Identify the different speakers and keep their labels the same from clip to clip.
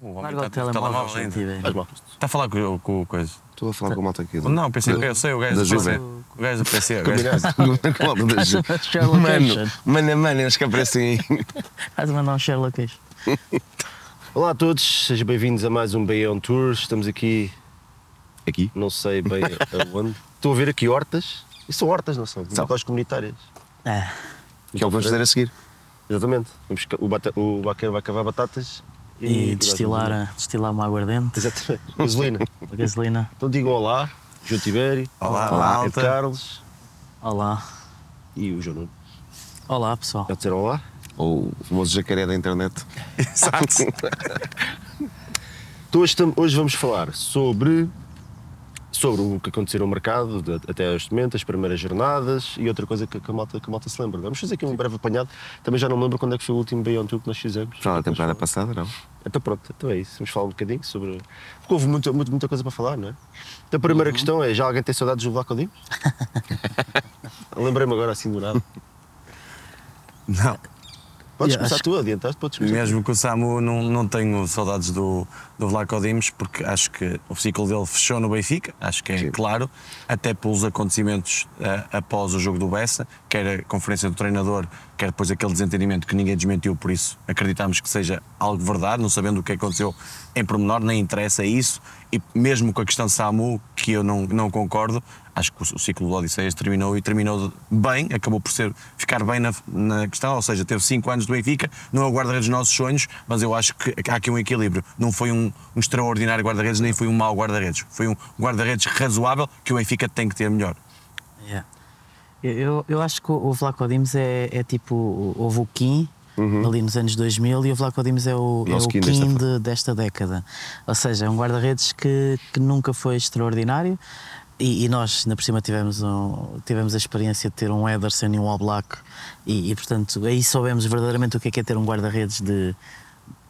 Speaker 1: O homem
Speaker 2: Larga o
Speaker 1: está com
Speaker 2: telemóvel,
Speaker 1: telemóvel ainda.
Speaker 2: sentido.
Speaker 3: Faz mal.
Speaker 1: Está a falar com, com o coisa.
Speaker 3: Estou a falar com a malta aqui.
Speaker 1: Não, é. pensei, eu sei o gajo
Speaker 3: Hum? Da
Speaker 1: do PC.
Speaker 3: Juve.
Speaker 1: O gajo do PC. o gajo-
Speaker 3: Combinaste? Com a malta da Juve.
Speaker 2: Sherlock
Speaker 3: Mano,
Speaker 2: Holmes.
Speaker 3: mano, mano, eles que aparecem aí.
Speaker 2: Estás a mandar um Sherlock hoje.
Speaker 4: Olá a todos, sejam bem-vindos a mais um Baião Tour. Estamos aqui,
Speaker 3: Aqui?
Speaker 4: não sei bem aonde. Estão a ver aqui hortas? Isso são hortas, não são? São hortas comunitárias.
Speaker 2: Ah,
Speaker 3: Que é o que vamos fazer a seguir.
Speaker 4: Exatamente. Vamos ca- o, bata, o Baqueiro vai cavar batatas
Speaker 2: e
Speaker 4: vai-
Speaker 2: destilar, a- destilar uma aguardente,
Speaker 4: Exatamente. Gasolina.
Speaker 2: uma gasolina.
Speaker 4: Então digam olá, João Tibério,
Speaker 1: Olá,
Speaker 4: Pedro
Speaker 1: malta.
Speaker 4: Carlos
Speaker 2: Olá.
Speaker 4: e o João Nuno.
Speaker 2: Olá, pessoal.
Speaker 4: Já disseram olá?
Speaker 3: Ou o famoso jacaré da internet.
Speaker 1: Exato.
Speaker 4: Então hoje, tam- hoje vamos falar sobre, sobre o que aconteceu no mercado de- até este momento, as primeiras jornadas e outra coisa que, que a, malta, que a malta se lembra. Vamos fazer aqui um breve apanhado. Também já não me lembro quando é que foi o último Beyond Tour que nós fizemos.
Speaker 3: Já da temporada passada, não?
Speaker 4: Então pronto, então é isso. Vamos falar um bocadinho sobre. Porque houve muita, muita, muita coisa para falar, não é? Então a primeira questão é: já alguém tem saudades do Vlaco Dimos? Lembrei-me agora assim do nada.
Speaker 1: Não.
Speaker 4: Podes
Speaker 2: Yeah,
Speaker 4: começar
Speaker 2: acho
Speaker 4: tu, adiantaste? Podes começar. tu.
Speaker 1: Mesmo com o Samu, não, não tenho saudades do, do Vlaco Dimes, porque acho que o ciclo dele fechou no Benfica, acho que é claro, até pelos acontecimentos ah, após o jogo do Bessa, quer a conferência do treinador, quer depois aquele desentendimento que ninguém desmentiu, por isso acreditamos que seja algo verdade, não sabendo o que aconteceu em pormenor, nem interessa isso, e mesmo com a questão de Samu, que eu não, não concordo, acho que o ciclo do Odisseias terminou e terminou de- bem, acabou por ser, ficar bem na, na questão, ou seja, teve 5 anos do Benfica, não é o guarda-redes dos nossos sonhos, mas eu acho que há aqui um equilíbrio. Não foi um, um extraordinário guarda-redes, nem foi um mau guarda-redes. Foi um guarda-redes razoável que o Benfica tem que ter melhor.
Speaker 2: Yeah. Eu, eu, eu acho que o, o Vlaco Dimes é, é tipo. o- Houve o Kim ali nos anos 2000 e o Vlaco Dimes é o, é
Speaker 3: Nosso
Speaker 2: o Kim,
Speaker 3: Kim desta
Speaker 2: de- desta década. Ou seja, é um guarda-redes que, que nunca foi extraordinário. E, e nós, ainda por cima, tivemos, um, tivemos a experiência de ter um Ederson e um Oblak, e, e portanto aí soubemos verdadeiramente o que é, que é ter um guarda-redes de,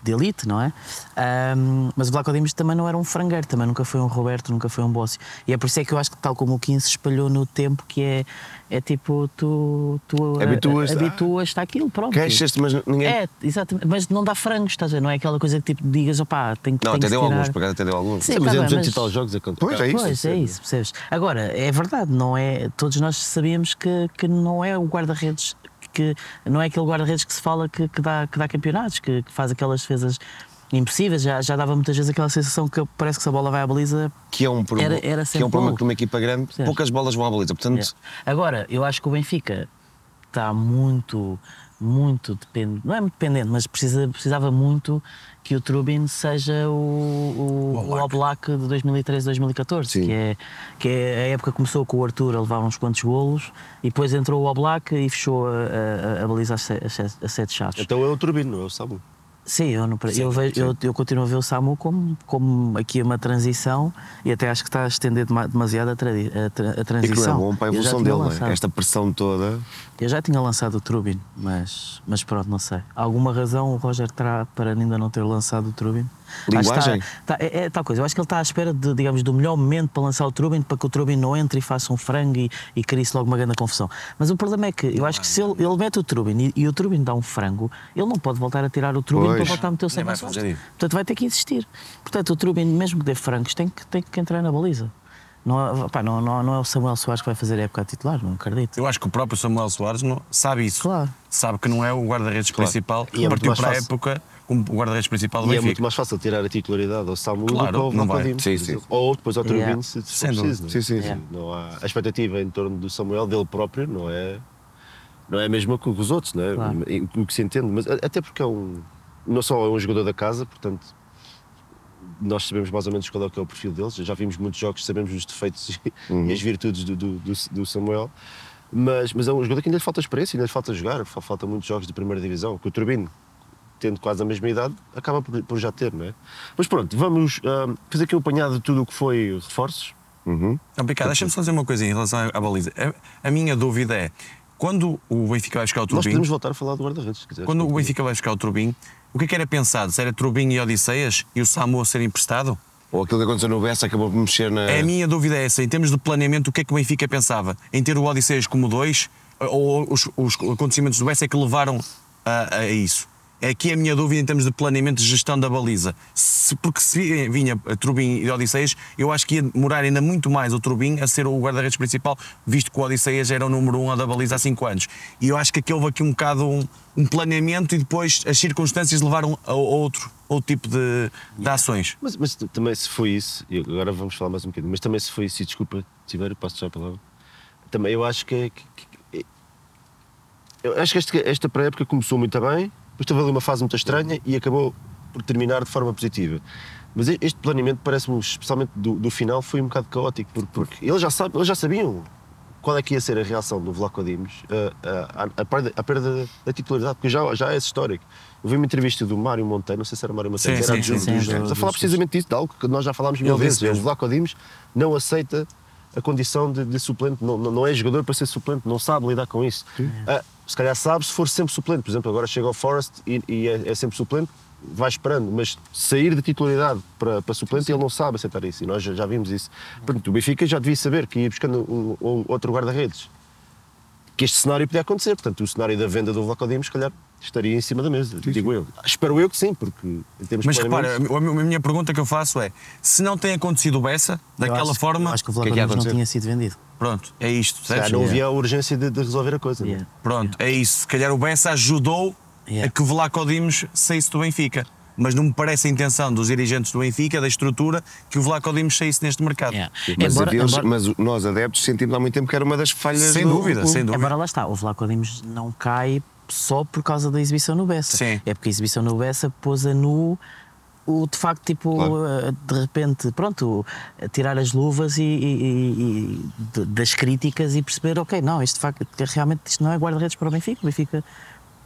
Speaker 2: de elite, não é? Ahm, mas o Vlaco Dimes também não era um frangueiro, também nunca foi um Roberto, nunca foi um Bócio. E é por isso é que eu acho que, tal como o 15 se espalhou no tempo, que é, é tipo, tu, tu a-
Speaker 3: Habituas-te.
Speaker 2: habituas-te àquilo, pronto.
Speaker 3: Queixas-te, mas ninguém.
Speaker 2: É, exatamente, mas não dá frangos, estás a ver? Não é aquela coisa que tipo digas, opá, tenho que
Speaker 3: não, até
Speaker 2: tenho que
Speaker 3: deu
Speaker 2: tirar.
Speaker 3: alguns, por acaso até deu alguns.
Speaker 2: Sim,
Speaker 4: Sim, mas
Speaker 2: tá
Speaker 4: é
Speaker 2: bem,
Speaker 4: 200 e
Speaker 2: mas-
Speaker 4: tal jogos a contar.
Speaker 3: Pois é isso.
Speaker 2: Pois é isso, percebes? Agora, é verdade, não é, todos nós sabíamos que, que não é o guarda-redes, que não é aquele guarda-redes que se fala que, que dá, que dá campeonatos, que, que faz aquelas defesas impossíveis. Já, já dava muitas vezes aquela sensação que parece que se a bola vai à baliza.
Speaker 3: Que é um problema,
Speaker 2: Era- era
Speaker 3: que é
Speaker 2: sempre
Speaker 3: um problema
Speaker 2: golo.
Speaker 3: que numa equipa grande
Speaker 2: Percebes?
Speaker 3: poucas bolas vão à baliza. Portanto,
Speaker 2: É. Agora, eu acho que o Benfica está muito, muito dependente, não é muito dependente, mas precisa, precisava muito que o Trubin seja o, o, o Oblak de 2013, 2014,
Speaker 3: Sim.
Speaker 2: que é, que é a época que começou com o Arthur a levar uns quantos golos e depois entrou o Oblak e fechou a, a, a baliza a, se- a se- a sete chaves.
Speaker 4: Então é o Turbino, não é o Sabu.
Speaker 2: Sim, eu, não, eu, vejo- eu, eu continuo a ver o Samu como, como aqui uma transição e até acho que está a estender dema- demasiado a, tradi- a tra- a
Speaker 3: e que não é
Speaker 2: transição.
Speaker 3: bom para a
Speaker 2: Eu já
Speaker 3: evolução
Speaker 2: tinha
Speaker 3: dele, não
Speaker 2: lançado.
Speaker 3: é? Esta pressão toda.
Speaker 2: Eu já tinha lançado o Trubin, mas, mas pronto, não sei. Alguma razão o Roger terá para ainda não ter lançado o Trubin? Acho que
Speaker 3: Linguagem?
Speaker 2: Está, está- é, é tal coisa. Eu acho que ele está à espera, de, digamos, do melhor momento para lançar o Trubin, para que o Trubin não entre e faça um frango e, e crie-se logo uma grande confusão. Mas o problema é que eu acho que se ele, ele mete o Trubin e, e o Trubin dá um frango, ele não pode voltar a tirar o Trubin
Speaker 3: Pois.
Speaker 2: para voltar a meter o
Speaker 1: Nem
Speaker 2: sem
Speaker 1: vai
Speaker 2: mais
Speaker 1: fazer
Speaker 2: gosto.
Speaker 1: isso.
Speaker 2: Portanto, vai ter que insistir. Portanto, o Trubin, mesmo que dê frangos, tem que, tem que entrar na baliza. Não é, pá, não, não, não é o Samuel Soares que vai fazer a época a titular, não acredito.
Speaker 1: Eu acho que o próprio Samuel Soares não, sabe isso.
Speaker 2: Claro.
Speaker 1: Sabe que não é o guarda-redes principal,
Speaker 4: E é muito
Speaker 1: partiu
Speaker 4: mais
Speaker 1: para a
Speaker 4: fácil.
Speaker 1: época como o guarda-redes principal do
Speaker 4: E é muito
Speaker 1: Benfica.
Speaker 4: mais fácil tirar a titularidade ao Samu
Speaker 1: Claro,
Speaker 4: do que ao
Speaker 1: não
Speaker 4: Vlaco
Speaker 1: vai.
Speaker 4: Dimos.
Speaker 3: Sim, sim.
Speaker 4: Ou depois ao Turbino
Speaker 2: Yeah.
Speaker 4: se, se
Speaker 1: Sem
Speaker 4: for
Speaker 1: dúvida.
Speaker 4: preciso.
Speaker 3: Sim,
Speaker 4: não é?
Speaker 3: sim, sim.
Speaker 4: Não há, a expectativa em torno do Samuel, dele próprio, não é, não é a mesma que os outros, não é?
Speaker 2: Claro.
Speaker 4: E O que se entende, mas a- até porque é um. Não só é um jogador da casa, portanto. Nós sabemos mais ou menos qual é, que é o perfil deles, já vimos muitos jogos, sabemos os defeitos e-
Speaker 1: Uhum.
Speaker 4: e as virtudes do, do- do- do Samuel, mas, mas é um jogador que ainda lhe falta experiência, ainda lhe falta jogar, fa- falta muitos jogos de primeira divisão, que o Turbino, tendo quase a mesma idade, acaba por, por já ter, não é? Mas pronto, vamos ah, fazer aqui um apanhado de tudo o que foi reforços.
Speaker 1: Não, Ricardo, deixa-me só dizer uma coisinha em relação à- à baliza. A, a minha dúvida é, quando o Benfica vai buscar o
Speaker 4: Nós
Speaker 1: Turbin,
Speaker 4: podemos voltar a falar do guarda-redes, se quiseres.
Speaker 1: Quando o Benfica vai buscar o Trubin, o que é que era pensado? Se era Trubin e Odisseias e o Samu a ser emprestado?
Speaker 3: Ou aquilo que aconteceu no Bessa acabou por mexer na.
Speaker 1: É. A minha dúvida é essa. Em termos de planeamento, o que é que o Benfica pensava? Em ter o Odisseias como dois? Ou os, os acontecimentos do Bessa é que levaram a, a isso? Aqui a minha dúvida em termos de planeamento de gestão da baliza. Se- porque se vinha Trubin e Odisseias, eu acho que ia demorar ainda muito mais o Trubin a ser o guarda-redes principal, visto que o Odisseias era o número um da baliza há 5 anos. E eu acho que aqui houve aqui um bocado um, um planeamento e depois as circunstâncias levaram a outro, outro tipo de, de ações.
Speaker 4: Mas, mas t- também se foi isso, e agora vamos falar mais um bocadinho, mas também se foi isso, e desculpa, Tiveiro, passo já a palavra. Também eu acho que. é- que- que- é- eu acho que este- esta pré-época começou muito bem, depois teve ali uma fase muito estranha e acabou por terminar de forma positiva. Mas e- este planeamento parece-me, especialmente do, do final, foi um bocado caótico, porque, porque eles, já sabem, eles já sabiam qual é que ia ser a reação do Vlaco Dimos eh, à, à perda, à perda da titularidade, porque já, já é esse histórico. Eu vi uma entrevista do Mário Monteiro, não sei se era Mário Monteiro,
Speaker 1: Sim,
Speaker 4: era
Speaker 1: sim,
Speaker 4: do-
Speaker 2: sim,
Speaker 4: do-
Speaker 2: sim,
Speaker 4: a
Speaker 2: do-
Speaker 4: falar
Speaker 2: dos-
Speaker 4: precisamente disso, de algo que nós já falámos mil
Speaker 1: Ele disse
Speaker 4: vezes. É, O
Speaker 1: mesmo.
Speaker 4: Vlaco Dimos não aceita a condição de, de suplente, não, não- não é jogador para ser suplente, não sabe lidar com isso. Ah, se calhar sabe se for sempre suplente, por exemplo, agora chega ao Forest e, e é, é sempre suplente, vai esperando, mas sair de titularidade para, para suplente ele não sabe aceitar isso e nós já, já vimos isso. Portanto, o Benfica já devia saber que ia buscando um- um outro guarda-redes que este cenário podia acontecer. Portanto, o cenário da venda do Vlacodemos, se calhar, estaria em cima da mesa, digo eu. Espero eu que sim, porque em termos
Speaker 1: Mas
Speaker 4: de
Speaker 1: repara,
Speaker 3: é
Speaker 4: planeamento-
Speaker 1: a mi- a minha pergunta que eu faço é: se não tem acontecido o Bessa,
Speaker 2: Eu
Speaker 1: daquela
Speaker 2: acho-
Speaker 1: forma,
Speaker 2: eu Acho que o
Speaker 3: que é
Speaker 2: Vlaco
Speaker 3: que ia
Speaker 2: não
Speaker 3: acontecer?
Speaker 2: tinha sido vendido.
Speaker 1: pronto, é isto.
Speaker 4: se calhar
Speaker 1: percebes?
Speaker 4: não havia a urgência de, de resolver a coisa. não é?
Speaker 2: Yeah.
Speaker 1: Pronto, é isso. Se calhar o Bessa ajudou
Speaker 2: Yeah.
Speaker 1: a que Vlaco Dimos saísse do Benfica. Mas não me parece a intenção dos dirigentes do Benfica, da estrutura, que o Vlaco Dimos saísse neste mercado.
Speaker 2: Yeah.
Speaker 3: Ah, Mas,
Speaker 2: Embora-
Speaker 3: adeus-
Speaker 2: embora-
Speaker 3: mas nós adeptos sentimos há muito tempo que era uma das falhas
Speaker 1: Sem
Speaker 3: do
Speaker 1: dúvida,
Speaker 3: clube.
Speaker 1: sem dúvida.
Speaker 2: Agora lá está, o Vlaco Dimos não cai só por causa da exibição no Bessa.
Speaker 1: Sim.
Speaker 2: É porque a exibição no Bessa pôs a nu o de facto, tipo,
Speaker 3: Claro.
Speaker 2: eh, de repente, pronto, eh, tirar as luvas e, e- e- e de- das críticas e perceber, ok, não, isto de facto, que realmente isto não é guarda-redes para o Benfica, o Benfica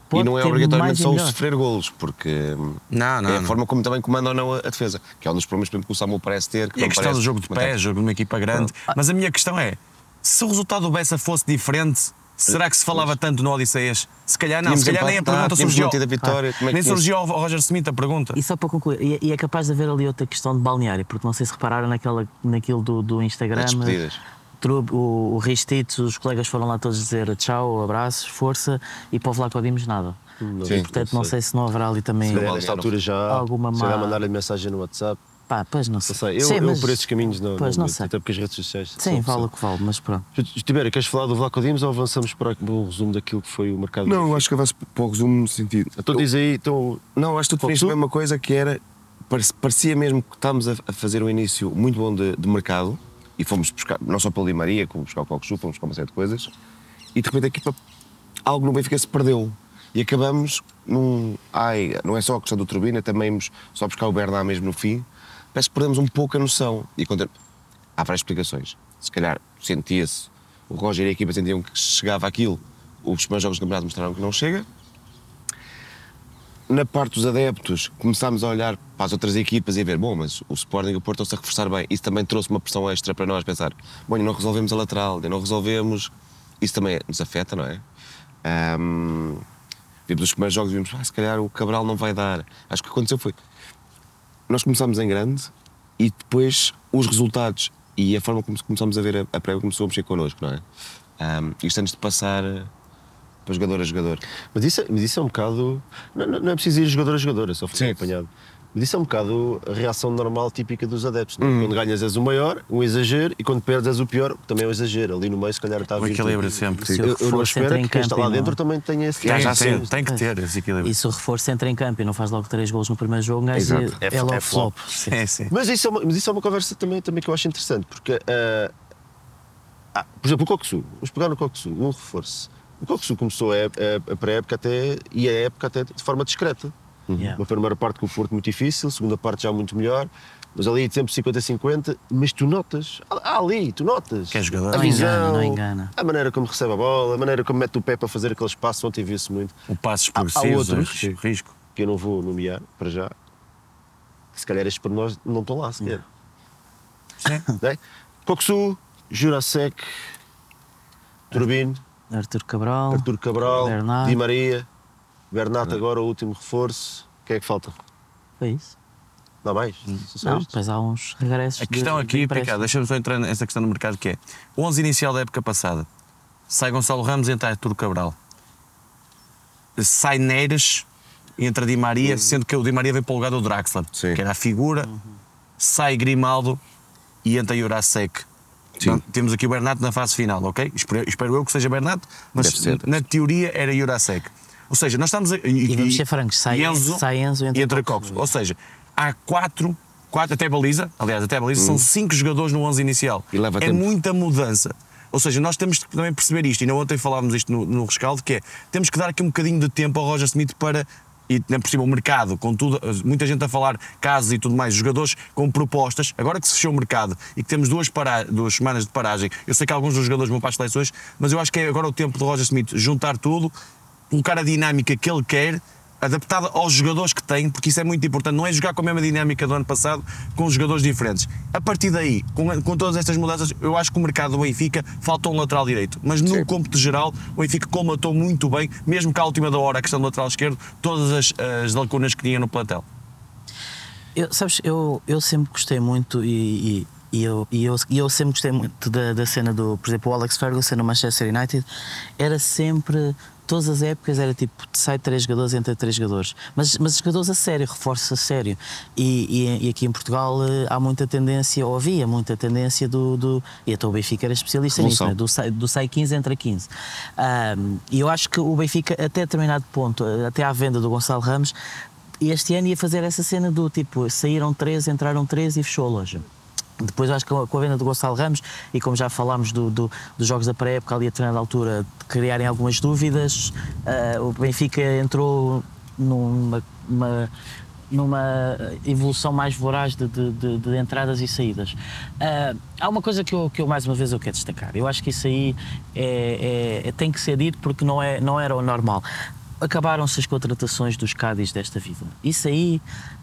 Speaker 2: pode
Speaker 3: E não é
Speaker 2: ter
Speaker 3: obrigatoriamente
Speaker 2: mais e
Speaker 3: só o
Speaker 2: melhor.
Speaker 3: sofrer golos, porque hum,
Speaker 1: Não, não,
Speaker 3: é a
Speaker 1: não.
Speaker 3: forma como também comanda ou não a a defesa, que é um dos problemas por exemplo, que o Samuel parece ter.
Speaker 1: E
Speaker 3: Que não
Speaker 1: a questão
Speaker 3: parece
Speaker 1: do jogo de
Speaker 3: comentar.
Speaker 1: pé, jogo de uma equipa grande. Mas a minha questão é: se o resultado do Bessa fosse diferente, será que se falava tanto no Odisseias? Se calhar não,
Speaker 3: Tínhamos
Speaker 1: se calhar nem a
Speaker 3: empatado,
Speaker 1: pergunta
Speaker 3: tínhamos
Speaker 1: surgiu. Ah.
Speaker 3: mantido a vitória, como é que
Speaker 1: nem
Speaker 3: tinha-
Speaker 1: surgiu ao ao Roger Smith a pergunta.
Speaker 2: E só para concluir, e, e é capaz de haver ali outra questão de balneário, porque não sei se repararam naquela, naquilo do, do Instagram.
Speaker 3: Das despedidas.
Speaker 2: Trub- o, o Ristito, os colegas foram lá todos dizer tchau, abraços, força, e para o Vlaco Dimos nada.
Speaker 3: Sim,
Speaker 2: e, portanto, não sei. se não haverá ali também.
Speaker 4: Se calhar nesta altura já
Speaker 2: Alguma
Speaker 4: se calhar
Speaker 2: má-
Speaker 4: mandar-lhe mensagem no WhatsApp.
Speaker 2: Pá, pois não sei.
Speaker 4: Não sei, eu,
Speaker 2: Sim,
Speaker 4: eu
Speaker 2: mas-
Speaker 4: por esses caminhos não.
Speaker 2: Pois, não
Speaker 4: meto,
Speaker 2: sei.
Speaker 4: Até porque as redes sociais.
Speaker 2: Sim, vale o que vale, mas pronto.
Speaker 4: Tiberio, queres falar do Vlaco Dimos ou avançamos para o resumo daquilo que foi o mercado?
Speaker 5: Não, eu acho que avanço para o resumo no sentido.
Speaker 4: Então diz aí, então.
Speaker 3: Não, eu acho que tu definiste
Speaker 4: Foco.
Speaker 3: bem uma coisa que era. parece- Parecia mesmo que estávamos a a fazer um início muito bom de, de mercado e fomos buscar, não só para o Di Maria, como buscar o Cocosu, fomos buscar uma série de coisas e de repente a equipa, algo no Benfica se perdeu e acabamos num. Ai, não é só a questão do Turbina, também vamos só buscar o Bernard mesmo no fim. Parece que perdemos um pouco a noção. E contra- há várias explicações. Se calhar sentia-se, o Roger e a equipa sentiam que chegava aquilo, os primeiros jogos do campeonato mostraram que não chega na parte dos adeptos, começámos a olhar para as outras equipas e a ver, bom, mas o Sporting e o Porto estão-se a reforçar bem. Isso também trouxe uma pressão extra para nós pensar, bom, e não resolvemos a lateral, e não resolvemos. Isso também nos afeta, não é? Ahm, vimos os primeiros jogos e vimos, ah, se calhar o Cabral não vai dar. Acho que o que aconteceu foi. Nós começámos em grande e depois os resultados e a forma como começámos a ver a, a prévia começou a mexer connosco, não é? Ahm, isto antes de passar eh, para jogador a jogador.
Speaker 4: Mas isso, mas isso é um bocado. Não, não- não é preciso ir jogador a jogador, é só ficar apanhado. Mas isso é um bocado a reação normal típica dos adeptos.
Speaker 1: Uhum.
Speaker 4: não é? Quando ganhas és o maior, um exagero, e quando perdes és o pior, também é um exagero. Ali no meio, se calhar, está a
Speaker 1: O
Speaker 4: vir.
Speaker 1: equilíbrio
Speaker 4: tudo.
Speaker 1: sempre.
Speaker 2: Se o
Speaker 4: Eu, eu não
Speaker 2: reforço entra
Speaker 4: espero
Speaker 2: em
Speaker 4: que quem está
Speaker 2: campo e
Speaker 4: lá
Speaker 2: não-
Speaker 4: dentro também tenha esse. tipo
Speaker 1: Tem, tem-
Speaker 3: já sei.
Speaker 1: tem que ter esse
Speaker 4: é?
Speaker 1: equilíbrio.
Speaker 2: E se o reforço entra em campo e não faz logo três gols no primeiro jogo, um gajo
Speaker 3: Exato.
Speaker 2: é,
Speaker 4: É-
Speaker 2: é logo
Speaker 4: é
Speaker 2: flop.
Speaker 4: flop.
Speaker 2: Sim.
Speaker 1: É, sim.
Speaker 4: Mas isso é uma, mas isso é uma conversa também, também que eu acho interessante, porque, ah, ah, por exemplo, o Cocosu, vamos pegar no Cocosu, um reforço. O Cocosu começou a, a, a pré-época até, e a época até de forma discreta.
Speaker 1: Uhum.
Speaker 2: Yeah.
Speaker 4: Uma primeira parte com o Porto muito difícil, segunda parte já muito melhor, mas ali sempre 50-50, mas tu notas, há ali, tu notas.
Speaker 1: Que é jogador.
Speaker 4: A
Speaker 1: Não
Speaker 4: visão,
Speaker 2: engana, não engana.
Speaker 4: a maneira como recebe a bola, a maneira como mete o pé para fazer aquele espaço, ontem viu-se muito
Speaker 1: O passos
Speaker 4: há
Speaker 1: progressivos, o
Speaker 4: outros.
Speaker 1: ri- risco.
Speaker 4: que eu não vou nomear para já, se calhar estes para nós não estão lá sequer. Não é? Coxu, Jurasek, Turbino,
Speaker 2: Arthur Cabral.
Speaker 4: Artur Cabral,
Speaker 2: Ah, Bernardo.
Speaker 4: Di Maria, Bernardo agora o último reforço. O que é que falta?
Speaker 2: Foi isso.
Speaker 4: Não há mais? Só
Speaker 2: Não,
Speaker 4: isto?
Speaker 2: depois há uns regressos.
Speaker 1: A questão
Speaker 2: de- de
Speaker 1: aqui,
Speaker 2: empréstimos.
Speaker 1: Ricardo, deixa-me só entrar nessa questão do mercado que é 11 inicial da época passada. Sai Gonçalo Ramos, entra Arturo Cabral. Sai Neres, entra Di Maria,
Speaker 2: Uhum.
Speaker 1: sendo que o Di Maria veio para o lugar do Draxler,
Speaker 3: Sim.
Speaker 1: que era a figura, sai Grimaldo e entra Jurasek. Então, temos aqui o Bernardo na fase final, ok? Espero, espero eu que seja Bernardo, mas
Speaker 3: Deve ser, deve
Speaker 1: na teoria era Jurasek. Ou seja, nós estamos. A,
Speaker 2: E vamos ser francos, sai- sai Enzo e entra
Speaker 1: e entra Cox.
Speaker 3: é?
Speaker 1: Ou seja, há quatro, quatro até baliza, aliás, até baliza, são cinco jogadores no 11 inicial.
Speaker 3: Hum. E leva
Speaker 1: é
Speaker 3: tempo.
Speaker 1: muita mudança. Ou seja, nós temos que também perceber isto, e ainda ontem falávamos isto no, no rescaldo, que é, temos que dar aqui um bocadinho de tempo ao Roger Smith para, e nem por cima o mercado, com tudo, muita gente a falar casos e tudo mais, jogadores com propostas, agora que se fechou o mercado e que temos duas, para, duas semanas de paragem, eu sei que alguns dos jogadores vão para as seleções, mas eu acho que é agora o tempo do Roger Smith juntar tudo, colocar a um dinâmica que ele quer, adaptada aos jogadores que tem, porque isso é muito importante. Não é jogar com a mesma dinâmica do ano passado, com jogadores diferentes. A partir daí, com, com todas estas mudanças, eu acho que o mercado do Benfica falta um lateral direito. Mas no cômputo geral, o Benfica colmatou muito bem, mesmo que à última da hora a questão do lateral esquerdo, todas as, as lacunas que tinha no plantel.
Speaker 2: Eu, sabes, eu, eu sempre gostei muito e, e- e eu, e, eu, e eu sempre gostei muito da, da cena do, por exemplo, o Alex Ferguson no Manchester United era sempre, todas as épocas era tipo, sai três jogadores, entra três jogadores, mas, mas jogadores a sério, reforços a sério. E, e, e aqui em Portugal eh, há muita tendência, ou havia muita tendência do, do e até o Benfica era especialista nisso,
Speaker 3: Revolução.
Speaker 2: né? do, sai, do sai 15 entra 15. Ahm, E eu acho que o Benfica, até determinado ponto, até à venda do Gonçalo Ramos, este ano ia fazer essa cena do tipo, saíram três, entraram três e fechou a loja. Depois acho que com a- com a venda do Gonçalo Ramos e como já falámos do- do- dos jogos da pré-época ali a determinada altura de criarem algumas dúvidas, ah, o Benfica entrou numa, numa- numa evolução mais voraz de, de- de- de entradas e saídas. Ah, há uma coisa que eu, que eu mais uma vez eu quero destacar. Eu acho que isso aí é- é- é- tem que ser dito porque não, é- não era o normal acabaram-se as contratações dos Cádiz desta vida. Isso aí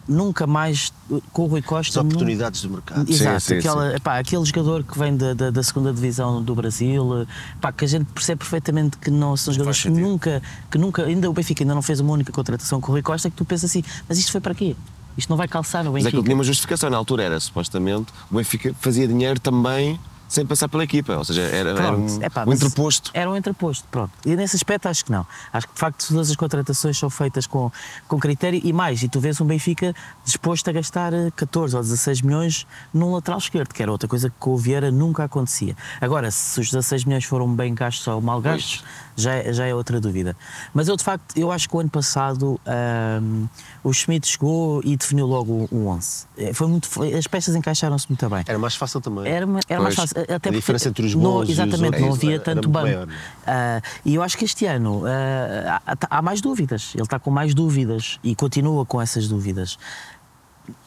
Speaker 2: nunca mais com o Rui Costa.
Speaker 4: As
Speaker 2: nu-
Speaker 4: oportunidades do mercado.
Speaker 2: Exato,
Speaker 3: Sim, sim,
Speaker 2: aquela- epá, aquele jogador que vem da, da, da segunda divisão do Brasil, epá, que a gente percebe perfeitamente que não são jogadores que
Speaker 1: sentido.
Speaker 2: nunca, que nunca, ainda o Benfica ainda não fez uma única contratação com o Rui Costa, que tu pensas assim, mas isto foi para quê? Isto não vai calçar o
Speaker 3: Mas é
Speaker 2: Benfica.
Speaker 3: aquilo tinha uma justificação na altura, era supostamente o Benfica fazia dinheiro também sem passar pela equipa, ou seja, era, era
Speaker 2: Pronto,
Speaker 3: um,
Speaker 2: epá,
Speaker 3: um
Speaker 2: mas
Speaker 3: entreposto.
Speaker 2: Era um entreposto, pronto. E nesse aspecto acho que não. Acho que de facto todas as contratações são feitas com, com critério e mais. E tu vês um Benfica disposto a gastar eh, 14 ou 16 milhões num lateral esquerdo, que era outra coisa que com o Vieira nunca acontecia. Agora, se os 16 milhões foram bem gastos ou mal gastos, já, é- já é outra dúvida. Mas eu de facto, eu acho que o ano passado ahm, o Schmidt chegou e definiu logo um 11. Eh, Foi muito, foi- as peças encaixaram-se muito bem.
Speaker 4: Era mais fácil também.
Speaker 2: Era, ma- era mais
Speaker 3: Pois.
Speaker 2: fácil. Até
Speaker 4: A
Speaker 2: porque
Speaker 4: diferença entre os
Speaker 2: não-
Speaker 4: bons e os
Speaker 2: Exatamente,
Speaker 4: outros
Speaker 2: não havia
Speaker 4: era- era
Speaker 2: tanto
Speaker 4: muito
Speaker 2: banco.
Speaker 4: maior, não é?
Speaker 2: Ah, e eu acho que este ano ah, há, há mais dúvidas. Ele está com mais dúvidas e continua com essas dúvidas.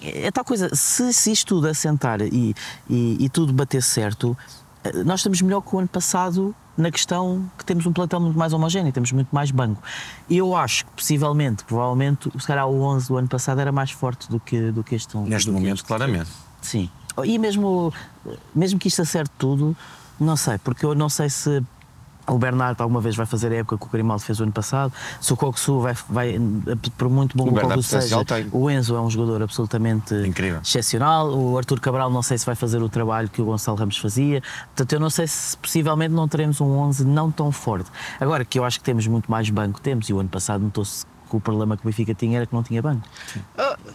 Speaker 2: É tal coisa, se, se isto tudo assentar e, e, e tudo bater certo, ah, nós estamos melhor que o ano passado na questão que temos um plantel muito mais homogéneo, temos muito mais banco. Eu acho que possivelmente, provavelmente, se calhar o 11 do ano passado era mais forte do que, do que este um-
Speaker 1: Neste
Speaker 2: do que
Speaker 1: momento, claramente.
Speaker 2: Sim. Oh, E mesmo, mesmo que isto acerte tudo, não sei, porque eu não sei se o Bernardo alguma vez vai fazer a época que o Grimaldo fez o ano passado, se o Coxu vai, vai por muito bom que o
Speaker 3: Bernardo
Speaker 2: Coxu seja,
Speaker 3: potencial tem.
Speaker 2: o Enzo é um jogador absolutamente
Speaker 1: Incrível.
Speaker 2: excepcional, o Arthur Cabral não sei se vai fazer o trabalho que o Gonçalo Ramos fazia, portanto eu não sei se possivelmente não teremos um 11 não tão forte. Agora que eu acho que temos muito mais banco, temos, e o ano passado notou-se que o problema que o Benfica tinha era que não tinha banco.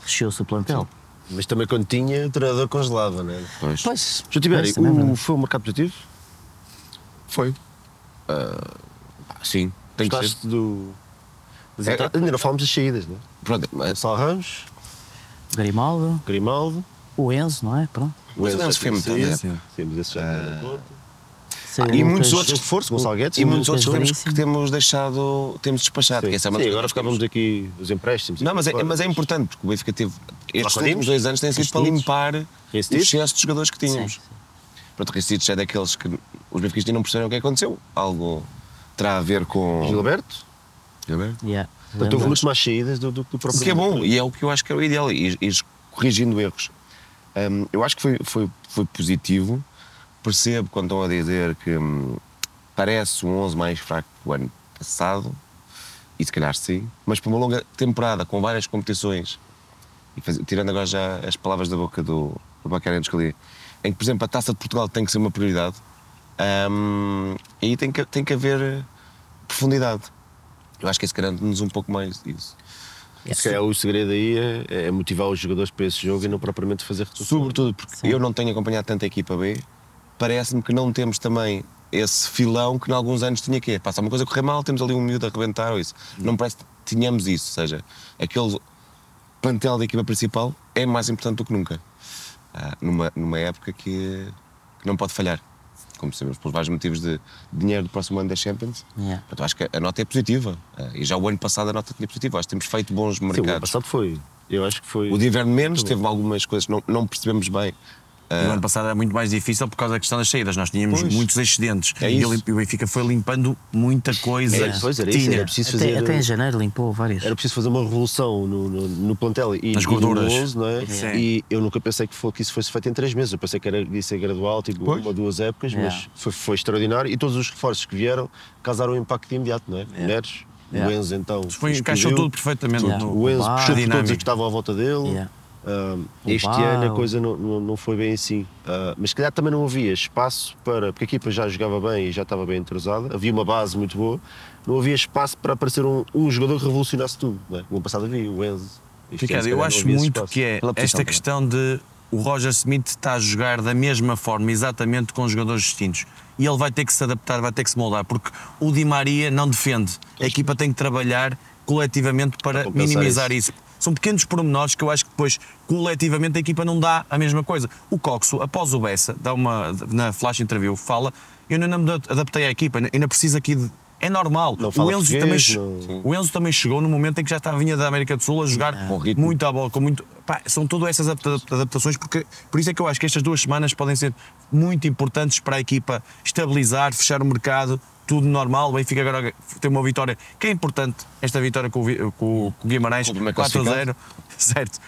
Speaker 2: Recheou-se o
Speaker 3: Então.
Speaker 2: plantel.
Speaker 4: Mas também quando tinha, o treinador congelava, não é?
Speaker 3: Pois.
Speaker 2: Pois,
Speaker 4: João Tibério,
Speaker 2: pois, também é verdade.
Speaker 4: o- foi um mercado positivo?
Speaker 5: Foi.
Speaker 3: Ah, Sim, tem que ser.
Speaker 4: Gostaste do. das
Speaker 3: É-
Speaker 4: entradas? Ainda não falámos das saídas, não é?
Speaker 3: Pronto, mas,
Speaker 4: Sal Ramos,
Speaker 2: Grimaldo,
Speaker 4: Grimaldo.
Speaker 2: o Enzo, não é? Pronto.
Speaker 3: mas um
Speaker 4: um
Speaker 3: o Enzo foi muito bem.
Speaker 4: Temos é. esse já. é era todo.
Speaker 3: Ah,
Speaker 2: Saiu
Speaker 3: é. e
Speaker 2: Lucas-
Speaker 3: muitos outros
Speaker 4: Reforço, Gonçalo Guedes.
Speaker 3: E muitos
Speaker 2: Lucas
Speaker 3: outros temos que
Speaker 2: Veríssimo.
Speaker 3: temos deixado, temos despachado.
Speaker 4: Sim,
Speaker 3: que essa é uma
Speaker 4: Sim,
Speaker 3: das
Speaker 4: agora um
Speaker 3: coisas que temos-
Speaker 4: ficávamos aqui os empréstimos.
Speaker 3: Não, mas é,
Speaker 4: Agora,
Speaker 3: mas é importante, porque o Benfica teve. Estes
Speaker 4: Lá
Speaker 3: últimos
Speaker 4: podemos?
Speaker 3: dois anos têm sido para
Speaker 4: Restitos?
Speaker 3: limpar os
Speaker 4: Restitos?
Speaker 3: excessos de jogadores que tínhamos.
Speaker 2: Sim,
Speaker 3: Pronto, o Recites é daqueles que os benfiquistas não perceberam o que aconteceu. Algo terá a ver com.
Speaker 4: Gilberto?
Speaker 3: Gilberto.
Speaker 2: Yeah.
Speaker 4: Portanto, houve muito mais saídas do, do que o próprio.
Speaker 3: O que é bom, e é o que eu acho que é o ideal, e e corrigindo erros. Hum, eu acho que foi, foi, foi positivo. Percebo quando estão a dizer que hum, parece um 11 mais fraco que o ano passado, e se calhar sim, mas para uma longa temporada, com várias competições, e faz- tirando agora já as palavras da boca do, do Macarena Escali, em que, por exemplo, a taça de Portugal tem que ser uma prioridade, hum, e aí tem que, tem que haver eh, profundidade. Eu acho que esse garante-nos um pouco mais disso.
Speaker 4: Se calhar o segredo aí é, é motivar os jogadores para esse jogo e não propriamente fazer redução.
Speaker 3: Sobretudo porque
Speaker 2: Sim.
Speaker 3: eu não tenho acompanhado tanto a equipa B, parece-me que não temos também esse filão que em alguns anos tinha que é. Passa uma coisa a correr mal, temos ali um miúdo a arrebentar ou isso.
Speaker 4: Hum.
Speaker 3: Não parece que tínhamos isso, ou seja, aquele plantel da equipa principal é mais importante do que nunca. Ah, numa, numa época que, que não pode falhar. Como sabemos, pelos vários motivos de dinheiro do próximo ano da Champions.
Speaker 2: Yeah.
Speaker 3: Portanto, acho que a nota é positiva. Ah, e já o ano passado a nota tinha positiva. Acho que temos feito bons
Speaker 4: Sim, o ano
Speaker 3: mercados.
Speaker 4: passado foi. Eu acho que foi.
Speaker 3: O de inverno menos, teve algumas coisas que não, não percebemos bem.
Speaker 1: E O ano passado era muito mais difícil por causa da questão das saídas. Nós tínhamos
Speaker 3: Pois.
Speaker 1: muitos excedentes.
Speaker 3: É
Speaker 1: e
Speaker 3: isso.
Speaker 1: ele- e o Benfica foi limpando muita coisa.
Speaker 4: É, pois era isso,
Speaker 1: Tinha.
Speaker 4: era preciso
Speaker 2: até,
Speaker 4: fazer.
Speaker 2: até em janeiro limpou várias.
Speaker 4: Era preciso fazer uma revolução no, no, no plantel e
Speaker 1: Nas
Speaker 4: e
Speaker 1: gorduras.
Speaker 4: no 11, não é?
Speaker 1: Sim.
Speaker 4: E eu nunca pensei que, foi, que isso fosse feito em três meses. Eu pensei que era de ser gradual, tipo uma ou duas épocas, mas
Speaker 2: Yeah.
Speaker 4: foi, foi extraordinário. E todos os reforços que vieram causaram um impacto de imediato, não é? Neres,
Speaker 2: Yeah.
Speaker 4: o Enzo então.
Speaker 1: Foi, encaixou
Speaker 4: explodiu.
Speaker 1: tudo perfeitamente.
Speaker 2: Yeah.
Speaker 1: no-
Speaker 4: O Enzo
Speaker 2: Bar,
Speaker 4: puxou por todos os que
Speaker 1: dinâmico.
Speaker 4: estavam à volta dele.
Speaker 2: Yeah.
Speaker 4: Ah,
Speaker 2: O
Speaker 4: este
Speaker 2: Bar,
Speaker 4: ano a
Speaker 2: o-
Speaker 4: coisa não, não, não foi bem assim. Ah, mas se calhar também não havia espaço para. Porque a equipa já jogava bem e já estava bem entrosada, havia uma base muito boa, não havia espaço para aparecer um, um jogador que revolucionasse tudo. Não é? O ano passado havia, o Enzo. Este
Speaker 1: Ricardo,
Speaker 4: ano, se
Speaker 1: eu
Speaker 4: calhar, não
Speaker 1: acho
Speaker 4: havia esse
Speaker 1: muito
Speaker 4: espaço.
Speaker 1: que é
Speaker 3: Pela posição
Speaker 1: esta
Speaker 3: também.
Speaker 1: questão de o Roger Smith está a jogar da mesma forma, exatamente com jogadores distintos. E ele vai ter que se adaptar, vai ter que se moldar, porque o Di Maria não defende. A equipa tem que trabalhar coletivamente para
Speaker 4: compensar
Speaker 1: minimizar isso. São pequenos pormenores que eu acho que depois, coletivamente, a equipa não dá a mesma coisa. O Coxo, após o Bessa, dá uma, na flash interview, fala: Eu ainda não me adaptei à equipa, ainda preciso aqui de. É normal.
Speaker 4: Não
Speaker 1: o,
Speaker 4: fala
Speaker 1: Enzo também,
Speaker 4: português,
Speaker 1: che-
Speaker 4: não-
Speaker 1: Hum. o Enzo também chegou no momento em que já estava a vinha da América do Sul a jogar
Speaker 3: Ah. Com ritmo.
Speaker 1: muito à bola, com muito. pá, são todas essas adapta- adaptações, porque por isso é que eu acho que estas duas semanas podem ser muito importantes para a equipa estabilizar, fechar o mercado, tudo normal. O Benfica agora tem uma vitória que é importante, esta vitória com o, Vi- com o- com o Guimarães,
Speaker 3: Com o primeiro
Speaker 1: 4-0, certo?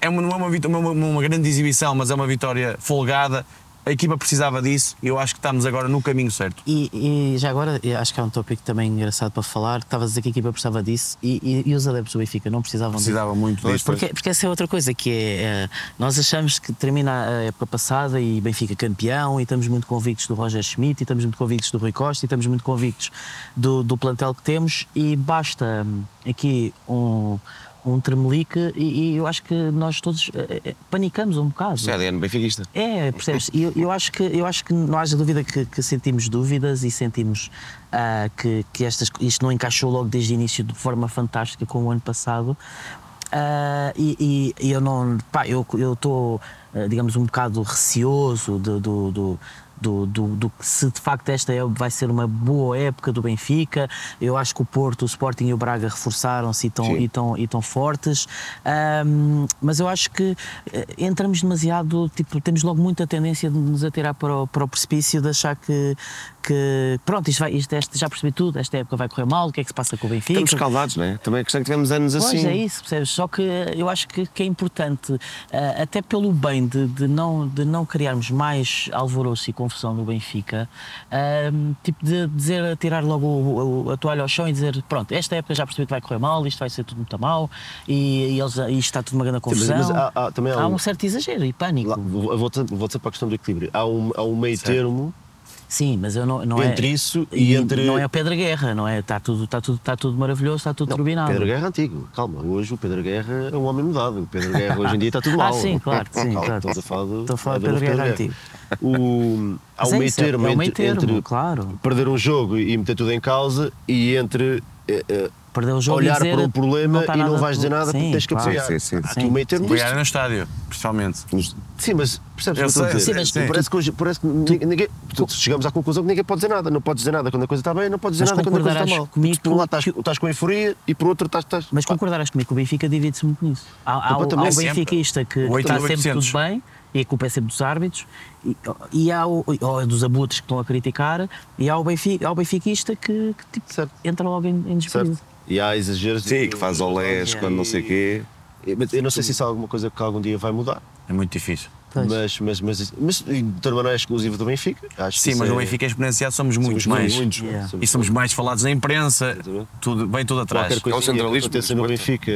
Speaker 1: É uma, não é uma, vit- uma, uma- uma grande exibição, mas é uma vitória folgada. A equipa precisava disso e eu acho que estamos agora no caminho certo.
Speaker 2: E, e já agora, eu acho que é um tópico também engraçado para falar. Estavas a dizer que a equipa precisava disso e, e- e os adeptos do Benfica não precisavam disso.
Speaker 1: Precisava muito disso.
Speaker 2: Porque, porque essa é outra coisa que é, eh, Nós achamos que termina a época passada e Benfica campeão, e estamos muito convictos do Roger Schmidt, e estamos muito convictos do Rui Costa, e estamos muito convictos do, do plantel que temos, e basta hum, aqui um, um tremelique, e, e eu acho que nós todos eh, eh, panicamos um bocado.
Speaker 3: Isso é ADN benfiquista.
Speaker 2: É, percebes? E eu, eu, acho que, eu acho que não haja dúvida que, que sentimos dúvidas e sentimos ah, que, que estas, isto não encaixou logo desde o início de forma fantástica com o ano passado. Ah, e, e- e eu não. Pá, eu estou, digamos, um bocado receoso do- do- do, do, do, do que se de facto esta é- vai ser uma boa época do Benfica. Eu acho que o Porto, o Sporting e o Braga reforçaram-se e estão e tão, e tão fortes. Ahm, mas eu acho que eh, entramos demasiado, tipo, temos logo muita tendência de nos atirar para o, para o precipício, de achar que, que pronto, isto vai, isto, esta- já percebi tudo, esta época vai correr mal, o que é que se passa com o Benfica?
Speaker 3: Estamos escaldados, não é? Também é questão que tivemos anos
Speaker 2: Pois
Speaker 3: assim.
Speaker 2: é isso, percebes? Só que eu acho que, que é importante, ah, até pelo bem de, de não, de não criarmos mais alvoroço e confusão no Benfica, ahm, tipo de dizer, tirar logo o- o- a toalha ao chão e dizer: pronto, esta época já percebi que vai correr mal, isto vai ser tudo muito mal e, e eles, e isto está tudo uma grande
Speaker 4: mas
Speaker 2: confusão.
Speaker 4: há- há- também há
Speaker 2: um...
Speaker 4: um-
Speaker 2: certo exagero e pânico.
Speaker 4: Lá, vou- eu vou te- vou dizer para a questão do equilíbrio. Há um, há um meio termo
Speaker 2: Sim, mas eu não, não é-
Speaker 4: Entre isso e entre-
Speaker 2: Não é o Pedra Guerra, não é? Está tudo, está tudo, está tudo maravilhoso, está tudo turbinado.
Speaker 4: Pedro Guerra é antigo, calma, hoje o Pedro Guerra é um homem mudado. O Pedro Guerra hoje em dia está tudo mal.
Speaker 2: Ah, sim, claro, sim,
Speaker 4: Calma,
Speaker 2: claro.
Speaker 4: Estamos a falar do,
Speaker 2: Estou a falar do
Speaker 4: do
Speaker 2: Pedro
Speaker 4: novo
Speaker 2: Guerra
Speaker 4: O, há
Speaker 2: Mas
Speaker 4: um
Speaker 2: é
Speaker 4: meio
Speaker 2: isso, é-
Speaker 4: termo,
Speaker 2: é um meio
Speaker 4: entre,
Speaker 2: termo,
Speaker 4: entre
Speaker 2: claro.
Speaker 4: perder um jogo e meter tudo em causa e entre eh, eh,
Speaker 2: Perder o jogo e
Speaker 4: olhar
Speaker 2: dizer,
Speaker 4: para um problema
Speaker 2: não está
Speaker 4: e
Speaker 2: nada
Speaker 4: não
Speaker 2: por-
Speaker 4: vais dizer nada
Speaker 2: Sim,
Speaker 4: porque tens que
Speaker 2: claro.
Speaker 4: apoiar.
Speaker 3: Sim, sim,
Speaker 4: Há
Speaker 2: sim.
Speaker 4: aqui um meio termo disto.
Speaker 1: Obrigado no estádio, principalmente.
Speaker 3: Nos-
Speaker 4: Sim, mas percebes
Speaker 1: é. Eu
Speaker 4: o que eu estou a
Speaker 1: sei,
Speaker 4: dizer?
Speaker 1: sim, mas-
Speaker 4: parece que, hoje, parece que ninguém- ninguém- tu- chegamos à conclusão que ninguém pode dizer nada. Não podes dizer nada quando a coisa está bem, não podes
Speaker 2: Mas
Speaker 4: dizer nada quando a coisa está
Speaker 2: concordarás
Speaker 4: mal.
Speaker 2: comigo
Speaker 4: Tu, por um lado
Speaker 2: que-
Speaker 4: estás, estás com euforia e por outro estás. estás
Speaker 2: Mas
Speaker 4: pá,
Speaker 2: concordarás comigo que o Benfica divide-se muito nisso. Há, há, o- há o
Speaker 4: Completamente.
Speaker 1: Sempre.
Speaker 2: benfiquista que, que está sempre
Speaker 1: 8.800.
Speaker 2: tudo bem e a culpa é sempre dos árbitros e, e há o, ou é dos abutres que estão a criticar e há o, benfica, há o benfiquista que, que, tipo,
Speaker 4: Certo.
Speaker 2: entra logo em, em desprezo.
Speaker 4: certo? E há exageros.
Speaker 3: Sim, que faz olés quando não sei o quê.
Speaker 4: é Mas eu não sei se isso é alguma coisa que algum dia vai mudar.
Speaker 1: É muito difícil.
Speaker 2: Pois.
Speaker 4: Mas, mas, mas, mas, e de toda maneira é exclusivo do Benfica. Acho que
Speaker 1: Sim,
Speaker 4: isso
Speaker 1: mas
Speaker 4: é-
Speaker 1: no Benfica exponenciado somos
Speaker 4: somos
Speaker 1: muitos mais.
Speaker 4: Muitos,
Speaker 2: Yeah.
Speaker 1: E somos mais falados na imprensa, tudo, bem tudo atrás. É um
Speaker 4: Qualquer coisa
Speaker 5: centralismo,
Speaker 4: que aconteça no
Speaker 5: mas-
Speaker 4: Benfica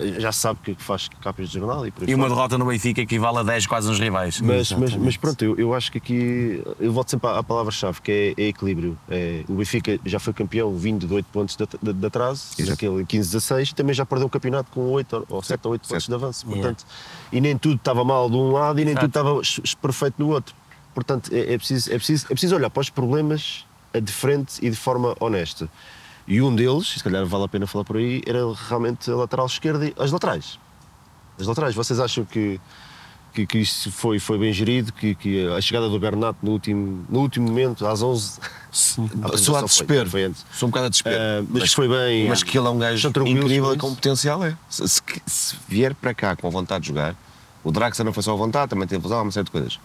Speaker 4: eh, já se sabe que faz capas de jornal e por aí
Speaker 1: E uma
Speaker 4: fora.
Speaker 1: derrota no Benfica equivale a 10 quase nos rivais.
Speaker 4: Mas, mas,
Speaker 2: Exatamente.
Speaker 4: mas pronto, eu, eu acho que aqui eu volto sempre à, à palavra-chave, que é, é equilíbrio. É, o Benfica já foi campeão vindo de 8 pontos de, at- de- de atraso,
Speaker 3: Exato.
Speaker 4: aquele 15, 16, e também já perdeu o campeonato com 8 ou- ou 7 ou 8 pontos
Speaker 3: Certo.
Speaker 4: de avanço.
Speaker 2: Yeah.
Speaker 4: Portanto, E nem tudo estava mal de um lado e nem
Speaker 1: Exato.
Speaker 4: tudo estava es- es- perfeito no outro. Portanto, é, é preciso, é, preciso, é preciso olhar para os problemas a de frente e de forma honesta. E um deles, se calhar vale a pena falar por aí, era realmente a lateral esquerda e as laterais. As laterais, vocês acham que, que, que isso foi, foi bem gerido? Que, que a chegada do Bernat no último, no último momento, às 11. a
Speaker 3: Sou a
Speaker 4: apresentação foi-
Speaker 3: desespero.
Speaker 4: foi antes.
Speaker 3: Sou um bocado a desespero.
Speaker 4: Ah, mas, foi bem.
Speaker 3: Mas que ele é um gajo
Speaker 4: Estão tranquilos
Speaker 3: incrível
Speaker 4: com
Speaker 3: e com
Speaker 4: isso?
Speaker 3: potencial, é. Se, se- se vier para cá com a vontade de jogar, o Draxler não foi só a vontade, também teve lesão, uma série de coisas.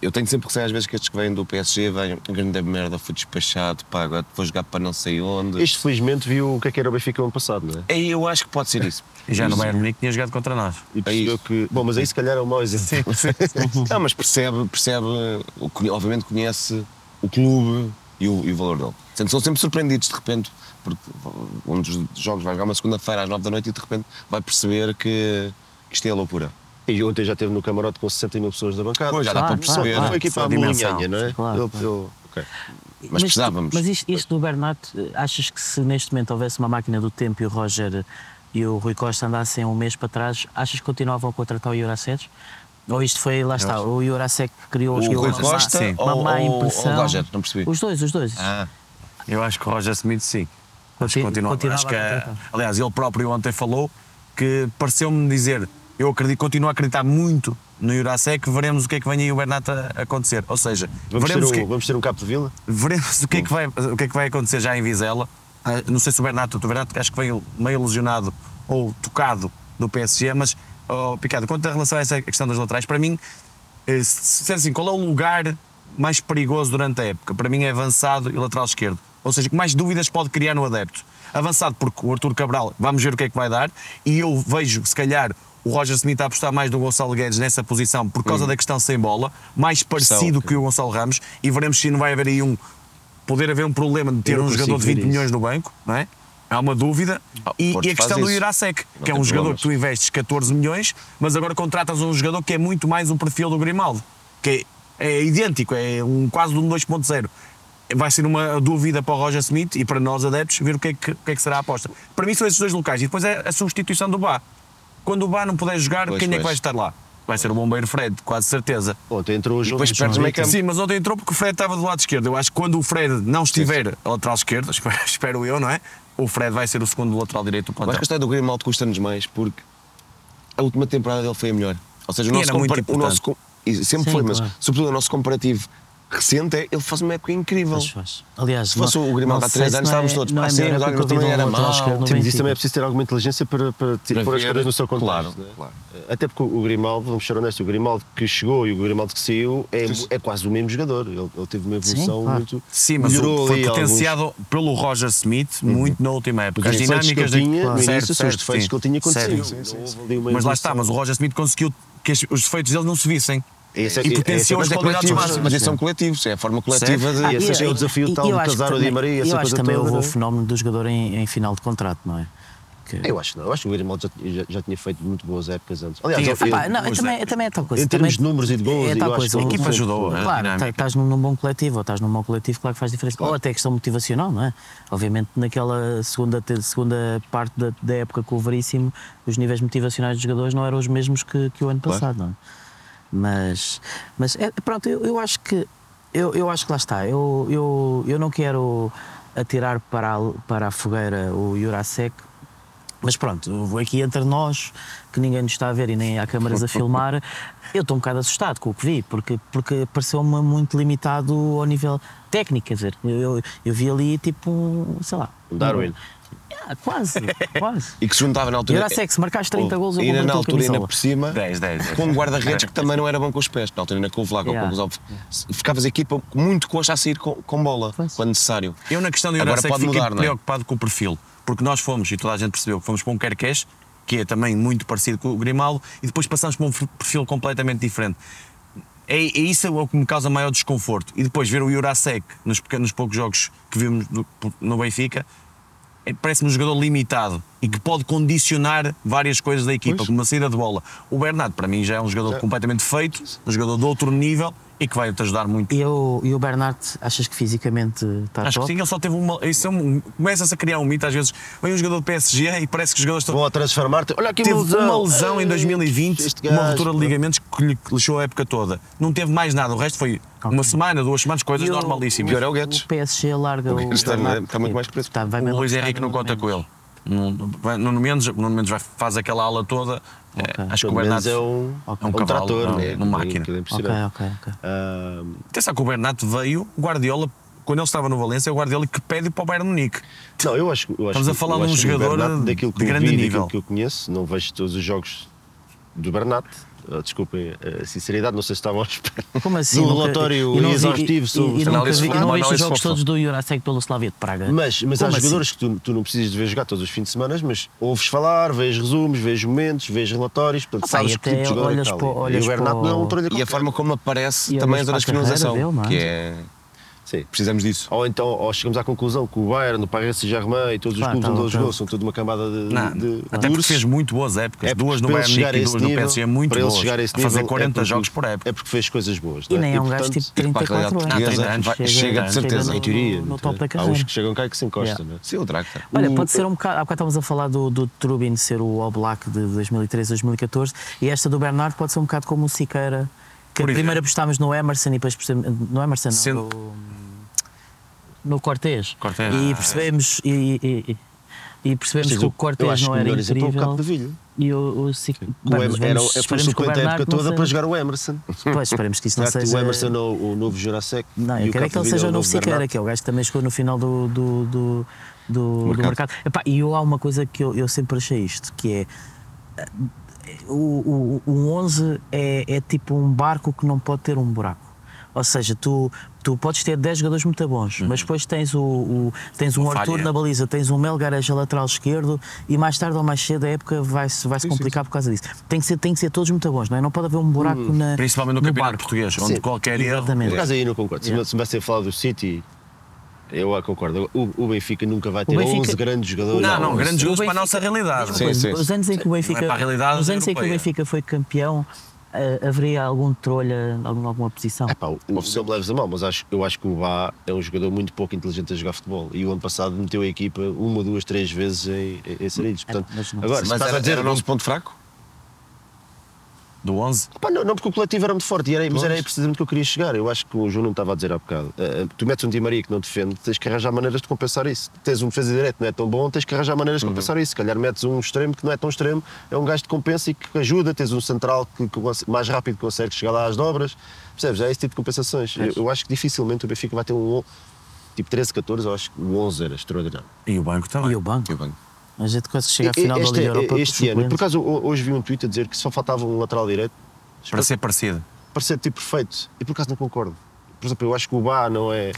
Speaker 3: Eu tenho sempre receio às vezes que estes que vêm do PSG venham, grande merda, fui despachado, pá, agora vou jogar para não sei onde.
Speaker 4: Este felizmente viu o que é que era o Benfica ano passado, não é?
Speaker 3: Aí eu acho que pode ser isso.
Speaker 1: E já no Bayern Munique tinha jogado contra nós.
Speaker 4: E percebeu
Speaker 3: É isso.
Speaker 4: que. Bom, mas aí se calhar é o mau exemplo.
Speaker 3: não, mas percebe, percebe, o que- obviamente conhece o clube e o, e o valor dele. Portanto, são sempre surpreendidos de repente, porque um dos jogos vai jogar uma segunda-feira às nove da noite e de repente vai perceber que, que isto é a loucura.
Speaker 4: E ontem já esteve no camarote com 60 mil pessoas na bancada.
Speaker 3: Pois, já dá
Speaker 2: Claro,
Speaker 3: para
Speaker 2: claro,
Speaker 3: perceber.
Speaker 4: Foi
Speaker 2: claro.
Speaker 4: a equipa
Speaker 1: Só
Speaker 4: à
Speaker 1: a dimensão.
Speaker 4: molinhanha, não é?
Speaker 2: Claro,
Speaker 4: Ele-
Speaker 2: claro.
Speaker 4: ele- ok.
Speaker 3: Mas
Speaker 2: tu-
Speaker 3: precisávamos.
Speaker 2: Mas isto, isto do Bernardo, achas que se neste momento houvesse uma máquina do tempo e o Roger e o Rui Costa andassem um mês para trás, achas que continuavam a contratar o Iuracés? Ou isto foi, lá está, o Iuracek que criou
Speaker 3: O
Speaker 2: criou
Speaker 3: Rui
Speaker 2: uma,
Speaker 3: Costa
Speaker 2: má-
Speaker 1: Sim.
Speaker 2: uma
Speaker 3: ou-
Speaker 2: má
Speaker 3: ou- ou
Speaker 2: impressão?
Speaker 3: o Roger? Não percebi.
Speaker 2: Os dois, os dois.
Speaker 3: Ah,
Speaker 1: Eu acho que o Roger Smith sim. Acho que
Speaker 2: Continu-
Speaker 1: continua,
Speaker 2: continuava
Speaker 1: acho que,
Speaker 2: a
Speaker 1: eh,
Speaker 2: contratar.
Speaker 1: aliás, ele próprio ontem falou que pareceu-me dizer, eu acredito, continuo a acreditar muito no Jurasek, veremos o que é que vem aí o Bernat a acontecer. Ou seja,
Speaker 4: Vamos, ter
Speaker 1: veremos,
Speaker 4: um,
Speaker 1: que,
Speaker 4: vamos ter um capo de vila?
Speaker 1: veremos o, que é que vai, o que é que vai acontecer já em Vizela. Ah, Não sei se o Bernardo, o Bernardo acho que veio meio lesionado ou tocado do PSG, mas, oh, Picado, quanto a relação a essa questão dos laterais, para mim, eh, se se disser assim, qual é o lugar mais perigoso durante a época? Para mim é avançado e lateral esquerdo. Ou seja, que mais dúvidas pode criar no adepto? Avançado porque o Arthur Cabral, vamos ver o que é que vai dar, e eu vejo, se calhar, o Roger Smith a apostar mais no Gonçalo Guedes nessa posição por causa da questão sem bola, mais parecido
Speaker 3: ok.
Speaker 1: que o Gonçalo Ramos, e veremos se não vai haver aí um poder haver um problema de ter
Speaker 4: não
Speaker 1: um
Speaker 4: consigo
Speaker 1: jogador de
Speaker 4: ver
Speaker 1: 20
Speaker 4: isso.
Speaker 1: milhões no banco, não é? Há uma dúvida.
Speaker 3: Ah,
Speaker 1: e,
Speaker 3: Porto
Speaker 1: e a questão
Speaker 3: faz
Speaker 1: do
Speaker 3: isso.
Speaker 1: Irasek,
Speaker 3: Não
Speaker 1: que é
Speaker 3: tem
Speaker 1: um jogador
Speaker 3: problemas.
Speaker 1: que tu investes 14 milhões, mas agora contratas um jogador que é muito mais um perfil do Grimaldo, que é, é idêntico, é um, quase um 2.0. Vai ser uma dúvida para o Roger Smith e para nós adeptos ver o que é que, o que é que será a aposta. Para mim são esses dois locais. E depois é a substituição do Bá. Quando o Bá não puder jogar,
Speaker 3: Pois,
Speaker 1: quem é que
Speaker 3: pois.
Speaker 1: vai estar lá? Vai ser o Bombeiro Fred, quase certeza.
Speaker 4: Ontem entrou o João
Speaker 3: depois
Speaker 4: Luís
Speaker 3: perdes meio
Speaker 4: Brito.
Speaker 3: campo.
Speaker 1: Sim, mas ontem entrou porque o Fred estava do lado esquerdo. Eu acho que quando o Fred não estiver ao lateral esquerdo, espero, espero eu, não é? O Fred vai ser o segundo lateral direito do
Speaker 3: eu acho
Speaker 1: plantel.
Speaker 3: que a história do Grimaldo custa-nos mais porque a última temporada dele foi a melhor. Ou seja, o
Speaker 1: E
Speaker 3: nosso,
Speaker 1: era muito
Speaker 3: compara- o
Speaker 1: importante.
Speaker 3: nosso com- e sempre
Speaker 2: Sim,
Speaker 3: foi, mas
Speaker 2: claro.
Speaker 3: sobretudo o nosso comparativo recente é ele faz uma época incrível.
Speaker 2: Mas faz. Aliás,
Speaker 3: Se fosse
Speaker 2: não-
Speaker 3: o Grimaldo
Speaker 2: não
Speaker 3: há
Speaker 2: sei
Speaker 3: três
Speaker 2: se
Speaker 3: anos,
Speaker 2: não é-
Speaker 3: estávamos todos,
Speaker 2: não
Speaker 3: pá,
Speaker 2: é
Speaker 4: Ah,
Speaker 3: sim,
Speaker 2: melhor
Speaker 3: agora
Speaker 2: época que eu
Speaker 3: também
Speaker 2: vi
Speaker 3: era
Speaker 2: do lateral
Speaker 3: mau.
Speaker 2: esquerdo no
Speaker 4: Sim, mas isso
Speaker 2: Benfica.
Speaker 4: também é preciso ter alguma inteligência para, para, ti-
Speaker 3: Para
Speaker 4: pôr as
Speaker 3: ver,
Speaker 4: coisas no seu contexto.
Speaker 3: claro,
Speaker 4: não é?
Speaker 3: claro.
Speaker 4: Até porque o Grimaldo, vamos ser honestos, o Grimaldo que chegou e o Grimaldo que saiu é, é quase o mesmo jogador. Ele, ele teve uma evolução
Speaker 2: claro.
Speaker 4: muito.
Speaker 1: Sim, mas
Speaker 4: melhorou
Speaker 1: o- foi
Speaker 4: ali alguns-
Speaker 1: potenciado pelo Roger Smith muito na última época.
Speaker 4: Os
Speaker 1: As
Speaker 4: defeitos que
Speaker 1: dinâmicas da-
Speaker 4: ele tinha no
Speaker 1: Certo,
Speaker 4: início são os
Speaker 1: certo,
Speaker 4: defeitos
Speaker 1: sim.
Speaker 4: que ele tinha
Speaker 1: Certo.
Speaker 4: acontecido. Não houve ali uma
Speaker 1: Mas lá está,
Speaker 4: evolução.
Speaker 1: mas o Roger Smith conseguiu que as- os defeitos dele não se vissem.
Speaker 4: Esse é-
Speaker 1: e
Speaker 4: é-
Speaker 1: potenciou as
Speaker 4: esse
Speaker 3: Mas é
Speaker 1: qualidades
Speaker 3: coletivo,
Speaker 1: máximas.
Speaker 3: mas isso são coletivos, é a forma coletiva de.
Speaker 4: Ah, e esse é o desafio tal
Speaker 2: eu
Speaker 4: do
Speaker 2: acho
Speaker 4: Casar
Speaker 2: que
Speaker 4: ou Di
Speaker 2: também-
Speaker 4: Maria, essa
Speaker 2: Eu acho que
Speaker 4: coisa
Speaker 2: também
Speaker 4: toda,
Speaker 2: houve o
Speaker 4: não é?
Speaker 2: fenómeno do jogador em, em final de contrato, não é? Que-
Speaker 4: Eu acho que não. Eu acho que o Grimaldo já, já, já tinha feito muito boas épocas antes. Aliás,
Speaker 1: Sim,
Speaker 4: ele-
Speaker 1: é
Speaker 2: Epá,
Speaker 4: ele-
Speaker 2: não, eu
Speaker 1: Pois
Speaker 2: também,
Speaker 1: é.
Speaker 2: eu também é tal coisa.
Speaker 4: Em
Speaker 2: também-
Speaker 4: termos de números e de gols,
Speaker 2: é tal
Speaker 4: eu acho
Speaker 2: coisa.
Speaker 4: que
Speaker 1: a equipa ajudou,
Speaker 4: é
Speaker 1: a
Speaker 2: Claro,
Speaker 1: dinâmica.
Speaker 2: tá- estás num bom coletivo, ou estás num bom coletivo, claro que faz diferença. Ou até questão motivacional, não é? Obviamente, naquela segunda, ter- segunda parte da, da época com o Veríssimo, os níveis motivacionais dos jogadores não eram os mesmos que, que o ano passado, não é? Mas, mas é, pronto, eu, eu acho que eu, eu acho que lá está. Eu, eu, eu não quero atirar para a, para a fogueira o Jurasek, mas pronto, vou aqui entre nós, que ninguém nos está a ver e nem há câmaras a filmar, eu estou um bocado assustado com o que vi, porque, porque pareceu-me muito limitado ao nível técnico, quer dizer, eu, eu, eu vi ali tipo, um, sei lá...
Speaker 4: Um Darwin.
Speaker 2: Ah, quase, quase.
Speaker 3: E que se juntava na
Speaker 2: E
Speaker 3: altura. Oh.
Speaker 2: era sexo, marcaste 30 gols, eu
Speaker 3: e ainda
Speaker 2: vou
Speaker 3: na
Speaker 2: na
Speaker 3: altura, ainda
Speaker 2: camisola.
Speaker 3: por cima,
Speaker 1: 10, 10.
Speaker 3: com um guarda-redes que também não era bom com os pés. Na altura, ainda com o Vlaco,
Speaker 2: Yeah.
Speaker 3: com o Gonçalves. Ficavas a equipa muito coxa a sair com, com bola,
Speaker 2: Pois.
Speaker 3: quando necessário.
Speaker 1: Eu na questão do
Speaker 3: Agora
Speaker 1: Eurosec
Speaker 3: pode
Speaker 1: fiquei
Speaker 3: mudar, não é?
Speaker 1: preocupado com o perfil, porque nós fomos, e toda a gente percebeu, que fomos para um Querquês que é também muito parecido com o Grimaldo, e depois passamos para um f- perfil completamente diferente. É, é isso o que me causa maior desconforto. E depois ver o Jurasek nos, pequenos, nos poucos jogos que vimos do- no Benfica, é- parece-me um jogador limitado e que pode condicionar várias coisas da equipa, como a saída de bola. O Bernardo, para mim, já é um jogador completamente feito, um jogador de outro nível e que vai-te ajudar muito.
Speaker 2: E, o, e o Bernard, achas que fisicamente está
Speaker 1: Acho que
Speaker 2: top?
Speaker 1: sim, ele só teve uma. Isso é um, começa-se a criar um mito, às vezes. Vem um jogador do PSG e parece que os jogadores estão.
Speaker 4: Vou a transformar-te. Olha aqui
Speaker 1: Teve
Speaker 4: uma lesão.
Speaker 1: uma lesão em
Speaker 4: Ei,
Speaker 1: 2020,
Speaker 4: este
Speaker 1: uma
Speaker 4: gajo,
Speaker 1: ruptura de
Speaker 4: pá.
Speaker 1: ligamentos que lhe lixou a época toda. Não teve mais nada, o resto foi uma semana, duas semanas, coisas
Speaker 2: E o-
Speaker 1: normalíssimas.
Speaker 3: Pior é o Guedes.
Speaker 2: O PSG larga o.
Speaker 3: Guedes está-
Speaker 2: Bernardo
Speaker 3: está muito mais
Speaker 2: porque
Speaker 3: preso.
Speaker 2: está- vai
Speaker 1: O
Speaker 2: É mesmo
Speaker 1: Luís
Speaker 2: buscar
Speaker 1: Henrique não
Speaker 2: no
Speaker 1: conta
Speaker 2: momento.
Speaker 1: com ele. Nuno Nuno Mendes, Nuno Mendes vai, faz aquela ala toda. É, acho que o
Speaker 4: Pelo menos
Speaker 1: Bernardo.
Speaker 4: é um,
Speaker 1: Ok.
Speaker 4: é um
Speaker 1: cavalo,
Speaker 4: trator,
Speaker 1: não,
Speaker 4: né?
Speaker 1: uma máquina.
Speaker 4: Aquilo é
Speaker 2: Ok,
Speaker 4: impressionante.
Speaker 2: ok, ok.
Speaker 4: Ah,
Speaker 1: Atenção que o Bernardo veio, o Guardiola, quando ele estava no Valência, é o Guardiola que pede para o Bayern Munique.
Speaker 4: não, eu acho, que- eu acho
Speaker 1: Estamos a
Speaker 4: que-
Speaker 1: falar
Speaker 4: eu
Speaker 1: de um
Speaker 4: acho que o
Speaker 1: jogador
Speaker 2: eh,
Speaker 4: Bernat, daquilo que
Speaker 1: de
Speaker 4: eu
Speaker 1: grande
Speaker 4: vi,
Speaker 1: nível.
Speaker 4: Daquilo que eu conheço, não vejo todos os jogos do Bernat. Ah, Desculpem a sinceridade, não sei se estavam à espera.
Speaker 2: Como assim?
Speaker 4: Do
Speaker 2: Nunca-
Speaker 4: relatório
Speaker 2: e não vi-
Speaker 4: exaustivo
Speaker 2: e-
Speaker 4: sobre
Speaker 2: e,
Speaker 4: os
Speaker 2: e nunca
Speaker 1: análise
Speaker 2: vi,
Speaker 1: fofa.
Speaker 2: e não
Speaker 1: Uma
Speaker 2: vejo os
Speaker 1: análise
Speaker 2: jogos
Speaker 1: fofa.
Speaker 2: todos do Jurasek pelo Slavia de Praga.
Speaker 4: Mas, mas há
Speaker 2: Como assim?
Speaker 4: jogadores que tu, tu não precisas de ver jogar todos os fins de semana, mas ouves falar, vês resumos, vês momentos, vês relatórios, portanto,
Speaker 2: Ah, pá,
Speaker 4: sabes
Speaker 2: e
Speaker 4: que
Speaker 2: até
Speaker 4: tipo de jogador é
Speaker 2: olhas
Speaker 4: que está
Speaker 2: para-
Speaker 4: ali.
Speaker 2: olhas
Speaker 4: E o Bernat não é um
Speaker 2: para o-
Speaker 4: trolho
Speaker 3: E a
Speaker 4: qualquer.
Speaker 3: forma como aparece
Speaker 2: E
Speaker 3: também
Speaker 2: olhas
Speaker 3: as horas de
Speaker 2: para a carreira
Speaker 3: finalização.
Speaker 2: dele, mano.
Speaker 3: que é.
Speaker 4: Sim.
Speaker 3: Precisamos disso.
Speaker 4: Ou então ou chegamos à conclusão que o Bayern, o Paris Saint-Germain e todos os
Speaker 2: Pá,
Speaker 4: clubes
Speaker 2: tá,
Speaker 4: onde ele
Speaker 2: tá.
Speaker 4: jogou são toda uma camada de,
Speaker 1: Não,
Speaker 4: de
Speaker 1: até porque
Speaker 4: duros.
Speaker 1: fez muito boas épocas,
Speaker 4: É porque
Speaker 1: duas no
Speaker 4: para ele
Speaker 1: Bayern
Speaker 4: chegar a
Speaker 1: Munique e
Speaker 4: esse
Speaker 1: duas no
Speaker 4: nível,
Speaker 1: PSG, é muito
Speaker 4: para ele
Speaker 1: boas.
Speaker 4: chegar a esse
Speaker 1: a fazer
Speaker 4: nível é
Speaker 1: 40
Speaker 4: porque-
Speaker 1: jogos por época.
Speaker 4: É porque fez coisas boas.
Speaker 2: E
Speaker 4: não
Speaker 2: nem é um gajo tipo
Speaker 4: portanto,
Speaker 2: de
Speaker 3: para a
Speaker 2: 34 anos.
Speaker 3: realidade
Speaker 1: portuguesa,
Speaker 2: Não,
Speaker 1: vai-
Speaker 2: chega-
Speaker 3: chega de certeza.
Speaker 2: no-
Speaker 3: Em
Speaker 4: teoria,
Speaker 2: No
Speaker 4: não
Speaker 2: top da
Speaker 4: tem?
Speaker 2: carreira.
Speaker 4: Há uns que chegam cá e que se encostam, não é?
Speaker 3: Sim, o Dracta.
Speaker 2: Olha, pode ser um bocado. Há bocado estávamos a falar do, do Trubin ser o All Black de 2013, 2014 e esta do Bernardo pode ser um bocado como o Siqueira. Que
Speaker 1: Por exemplo.
Speaker 2: primeiro apostámos no Emerson e depois percebemos. No Emerson, não.
Speaker 1: Sendo-
Speaker 2: no- No Cortês.
Speaker 1: Cortés.
Speaker 2: E percebemos. E, e- e- e percebemos
Speaker 4: Mas
Speaker 2: que
Speaker 4: eu
Speaker 2: o Cortês
Speaker 4: acho
Speaker 2: não
Speaker 4: que
Speaker 2: era
Speaker 4: melhor exemplo é o
Speaker 2: incrível.
Speaker 4: Capo de Vilho.
Speaker 2: E o, o Siqueira.
Speaker 4: O Em- é, era, foi suplente a época toda para jogar o Emerson.
Speaker 2: Pois, esperemos que isso não
Speaker 4: Será que
Speaker 2: seja.
Speaker 4: o Emerson é o, o novo Jurassic?
Speaker 2: Não,
Speaker 4: e
Speaker 2: eu
Speaker 4: o
Speaker 2: quero é
Speaker 4: Capo
Speaker 2: que ele
Speaker 4: de Vilho
Speaker 2: seja o novo
Speaker 4: Bernardo?
Speaker 2: Siqueira, que é o gajo que também chegou no final do, do, do, do- do mercado. Epá, e eu, há uma coisa que eu, eu sempre achei isto, que é eh, o, o, o 11 é, é tipo um barco que não pode ter um buraco. Ou seja, tu, tu podes ter 10 jogadores muito bons, mas depois tens, o, o- tens um
Speaker 1: Uma
Speaker 2: Arthur
Speaker 1: falha.
Speaker 2: na baliza, tens um Melgar a lateral esquerdo e mais tarde ou mais cedo a época vai-se vai -se complicar por causa disso. Tem que, ser, tem que ser todos muito bons, não é? Não pode haver um buraco na.
Speaker 1: Principalmente no, campeonato português, onde
Speaker 4: Sim,
Speaker 1: qualquer erro.
Speaker 2: Exatamente.
Speaker 4: Por acaso aí não concordo. Se
Speaker 2: Yeah.
Speaker 4: me- Se me tivesse falado do City, eu ah, concordo. O, o Benfica nunca vai ter
Speaker 2: Benfica-
Speaker 4: 11 grandes jogadores.
Speaker 1: Não, não, grandes
Speaker 2: O
Speaker 1: jogos para
Speaker 2: Benfica-
Speaker 1: a nossa realidade.
Speaker 3: Sim, sim,
Speaker 2: é Os
Speaker 3: sim.
Speaker 2: anos em que o Benfica,
Speaker 1: é para a realidade
Speaker 2: os anos em que o
Speaker 1: europeia.
Speaker 2: Benfica foi campeão, eh, haveria algum trolha em algum- alguma posição?
Speaker 4: Epá, o- o- não me leves a mal, mas acho, eu acho que o Bá é um jogador muito pouco inteligente a jogar futebol. E o ano passado meteu a equipa uma, duas, três vezes em, em, em sarilhos. Portanto,
Speaker 2: mas não-
Speaker 4: agora,
Speaker 3: Mas
Speaker 4: se estás
Speaker 3: era,
Speaker 4: a dizer.
Speaker 3: era o nosso ponto fraco?
Speaker 1: Do 11.
Speaker 4: Pá, não, não, porque o coletivo era muito forte, e era, mas era aí precisamente que eu queria chegar. Eu acho que o João não estava a dizer há bocado. Eh, eh, tu metes um Di Maria que não defende, tens que arranjar maneiras de compensar isso. Tens um defesa direto não é tão bom, tens que arranjar maneiras
Speaker 2: Uhum.
Speaker 4: de compensar isso. Se calhar metes um extremo que não é tão extremo, é um gajo de compensa e que ajuda. Tens um central que, que conse- mais rápido consegue chegar lá às dobras. Percebes? É esse tipo de compensações. Eu, eu acho que dificilmente o Benfica vai ter um. on- Tipo 13, 14, eu acho que o 11 era extraordinário.
Speaker 1: E o banco também.
Speaker 2: E o banco?
Speaker 3: Eu bem.
Speaker 2: A gente quase que chega à
Speaker 4: E- e-
Speaker 2: final da
Speaker 4: este, é-
Speaker 2: Liga Europa.
Speaker 4: este ano, por acaso, ho- hoje vi um tweet a dizer que só faltava um lateral direito
Speaker 1: Para ser parecido.
Speaker 4: parecer tipo perfeito. E por acaso não concordo. Por exemplo, eu acho que o Bá não é,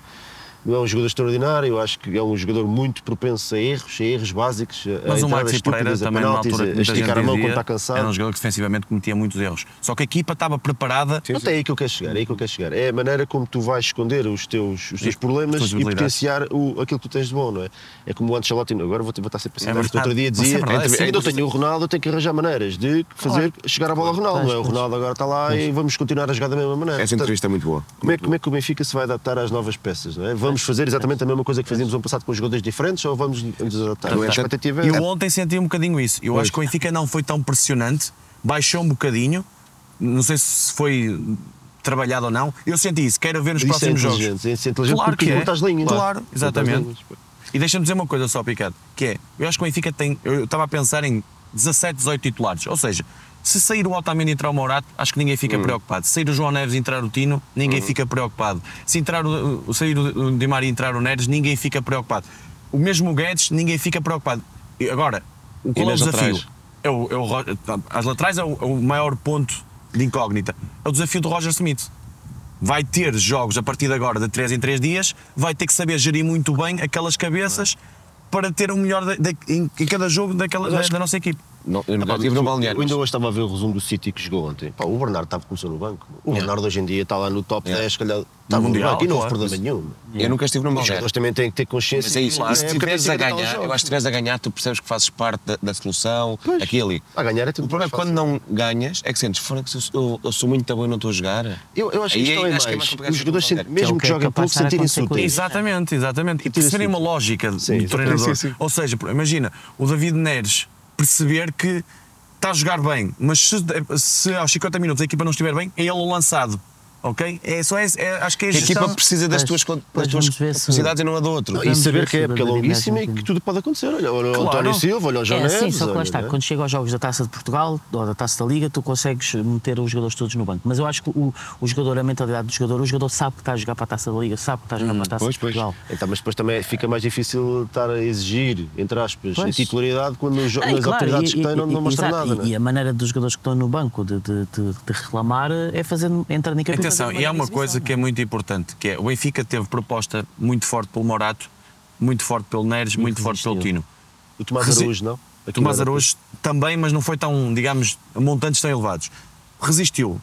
Speaker 4: não é um jogador extraordinário, eu acho que é um jogador muito propenso a erros, a erros básicos, a
Speaker 1: Mas o Maxi
Speaker 4: entradas
Speaker 1: Pereira
Speaker 4: É, então estúpidas, a
Speaker 1: também, na
Speaker 4: penaltis,
Speaker 1: altura, que
Speaker 4: a
Speaker 1: muita gente
Speaker 4: esticar a mão quando
Speaker 1: dizia,
Speaker 4: está cansado.
Speaker 1: era um jogador que defensivamente cometia muitos erros. Só que a equipa estava preparada
Speaker 4: Não é aí que eu quero chegar, é aí que eu quero chegar. É a maneira como tu vais esconder os teus, os teus
Speaker 1: E-
Speaker 4: problemas
Speaker 1: tuas
Speaker 4: e
Speaker 1: debilidades.
Speaker 4: potenciar o, aquilo que tu tens de bom, não é? É como o Ancelotti, agora vou, vou estar sempre a citar
Speaker 1: É
Speaker 4: isto.
Speaker 1: verdade.
Speaker 4: Outro dia
Speaker 1: Mas é
Speaker 4: dizia,
Speaker 1: verdade,
Speaker 4: "Entre-
Speaker 1: sim,
Speaker 4: ainda
Speaker 1: mas-
Speaker 4: tenho o Ronaldo, eu tenho que arranjar maneiras de fazer chegar a bola ao Ronaldo, não é? O
Speaker 2: Pois, pois.
Speaker 4: Ronaldo agora está lá e vamos continuar a jogar da mesma maneira.
Speaker 3: Essa
Speaker 4: Portanto,
Speaker 3: entrevista é muito boa.
Speaker 4: Como é, que- como é que o Benfica se vai adaptar às novas peças? Não é? Vamos fazer exatamente a mesma coisa que fazíamos no ano passado com os jogadores diferentes ou vamos nos adaptar?
Speaker 3: No
Speaker 4: A
Speaker 3: entanto,
Speaker 4: expectativa é
Speaker 1: E
Speaker 4: essa.
Speaker 1: eu ontem senti um bocadinho isso. Eu acho que o Benfica não foi tão pressionante, baixou um bocadinho, não sei se foi trabalhado ou não. Eu senti isso, quero ver nos
Speaker 4: Isso é
Speaker 1: próximos
Speaker 4: inteligente,
Speaker 1: jogos.
Speaker 4: isso é inteligente
Speaker 1: claro
Speaker 4: porque
Speaker 1: que é.
Speaker 4: corta as linhas.
Speaker 1: Claro,
Speaker 4: Corta as linhas,
Speaker 1: exatamente.
Speaker 4: pô.
Speaker 1: E deixa-me dizer uma coisa só, Picado, que é, eu acho que o Benfica tem, eu estava a pensar em 17, 18 titulares, ou seja, se sair o Otamendi e entrar o Morato, acho que ninguém
Speaker 3: Hum.
Speaker 1: fica preocupado. Se sair o João Neves e entrar o Tino, ninguém fica preocupado. Se entrar o, o- sair o Di Maria e entrar o Neres, ninguém fica preocupado. O mesmo Guedes, ninguém fica preocupado. E agora, o qual é o
Speaker 3: nas
Speaker 1: desafio?
Speaker 3: laterais?
Speaker 1: É o, é o Ro- as laterais é o, é o maior ponto de incógnita. É o desafio do Roger Smith vai ter jogos a partir de agora de 3 em 3 dias, vai ter que saber gerir muito bem aquelas cabeças para ter o melhor da- da- em, em cada jogo daquela, da, da nossa equipe.
Speaker 3: Não, eu nunca
Speaker 4: Pá,
Speaker 3: estive no
Speaker 4: eu-
Speaker 3: balneário.
Speaker 4: Eu ainda
Speaker 3: mas-
Speaker 4: hoje estava a ver o resumo do City que jogou ontem. Pá, o Bernardo estava, começou no banco. O Bernardo hoje em dia está lá no top
Speaker 3: Yeah.
Speaker 4: 10, se calhar. Estava no
Speaker 1: Mundial,
Speaker 4: banco e não houve
Speaker 1: claro.
Speaker 4: problema nenhum.
Speaker 3: Eu nunca estive no
Speaker 4: Os
Speaker 3: balneário.
Speaker 4: jogadores também têm que ter consciência.
Speaker 3: Mas é isso.
Speaker 4: que
Speaker 3: E se
Speaker 4: época
Speaker 3: estiveres a
Speaker 4: tem que ganhar
Speaker 3: ganhar, eu
Speaker 4: os jogos.
Speaker 3: acho que se estiveres a ganhar, tu percebes que fazes parte da, da solução,
Speaker 4: Pois.
Speaker 3: aqui e ali.
Speaker 4: A ganhar é tudo
Speaker 3: O problema é
Speaker 4: mais
Speaker 3: que quando
Speaker 4: fácil.
Speaker 3: não ganhas, é que sentes, fora que eu, eu sou muito bom e não estou a jogar.
Speaker 4: Eu, eu acho que
Speaker 3: Aí
Speaker 4: a questão é
Speaker 3: acho que é mais
Speaker 4: mais.
Speaker 3: complicado do que
Speaker 4: os jogadores,
Speaker 3: qualquer.
Speaker 4: sentem- mesmo
Speaker 2: Que é o
Speaker 4: que,
Speaker 2: que é
Speaker 4: joguem pouco,
Speaker 2: capaz de estar a
Speaker 4: sentirem-se
Speaker 2: acontecer com
Speaker 4: úteis.
Speaker 2: isso.
Speaker 1: Exatamente, exatamente. E perceberem uma lógica do
Speaker 4: Sim,
Speaker 1: treinador.
Speaker 5: sim, sim.
Speaker 1: Ou seja, imagina, o David Neres perceber que está a jogar bem, mas se, se aos 50 minutos a equipa não estiver bem, é ele o lançado. Ok? É, só é, é- acho que é a
Speaker 3: A equipa
Speaker 1: gestão.
Speaker 3: precisa das
Speaker 2: Pois,
Speaker 3: tuas, con- das
Speaker 2: pois
Speaker 3: tuas
Speaker 2: vamos ver se-
Speaker 3: capacidades e não a do outro.
Speaker 4: E
Speaker 2: Vamos
Speaker 4: saber
Speaker 2: ver
Speaker 4: que a
Speaker 2: se
Speaker 4: época é
Speaker 2: o Bernardo
Speaker 4: longuíssima e
Speaker 2: ganha.
Speaker 4: que tudo pode acontecer. Olha, olha o
Speaker 1: Claro.
Speaker 4: António Silva, olha o João
Speaker 2: É assim,
Speaker 4: Neves.
Speaker 2: só que
Speaker 4: olha,
Speaker 2: lá está,
Speaker 4: não é?
Speaker 2: quando chega aos jogos da Taça de Portugal ou da Taça da Liga, tu consegues meter os jogadores todos no banco. Mas eu acho que o, o jogador, a mentalidade do jogador, o jogador sabe que está a jogar para a Taça da Liga, sabe que está a jogar
Speaker 4: Hum,
Speaker 2: para a Taça
Speaker 3: pois,
Speaker 2: de
Speaker 3: pois.
Speaker 2: Portugal.
Speaker 4: Então, mas depois também fica mais difícil estar a exigir, entre aspas,
Speaker 2: Pois.
Speaker 4: a titularidade quando os jo-
Speaker 2: Ah, e
Speaker 4: nas
Speaker 2: claro,
Speaker 4: oportunidades
Speaker 2: e-
Speaker 4: que
Speaker 2: e-
Speaker 4: têm não, não
Speaker 2: e-
Speaker 4: mostram
Speaker 2: exato,
Speaker 4: nada.
Speaker 2: e-
Speaker 4: não é?
Speaker 2: E a maneira dos jogadores que estão no banco de, de- de- de reclamar é fazer, entrar na equipa.
Speaker 1: Atenção, e há uma coisa que é muito importante, que é o Benfica teve proposta muito forte pelo Morato, muito forte pelo Neres, muito forte pelo
Speaker 2: resistiu.
Speaker 1: Tino.
Speaker 4: O Tomás
Speaker 1: Resi-
Speaker 4: Araújo, não?
Speaker 1: O
Speaker 4: Aqui
Speaker 1: Tomás
Speaker 4: não era-
Speaker 1: Araújo também, mas não foi tão, digamos, montantes tão elevados. Resistiu.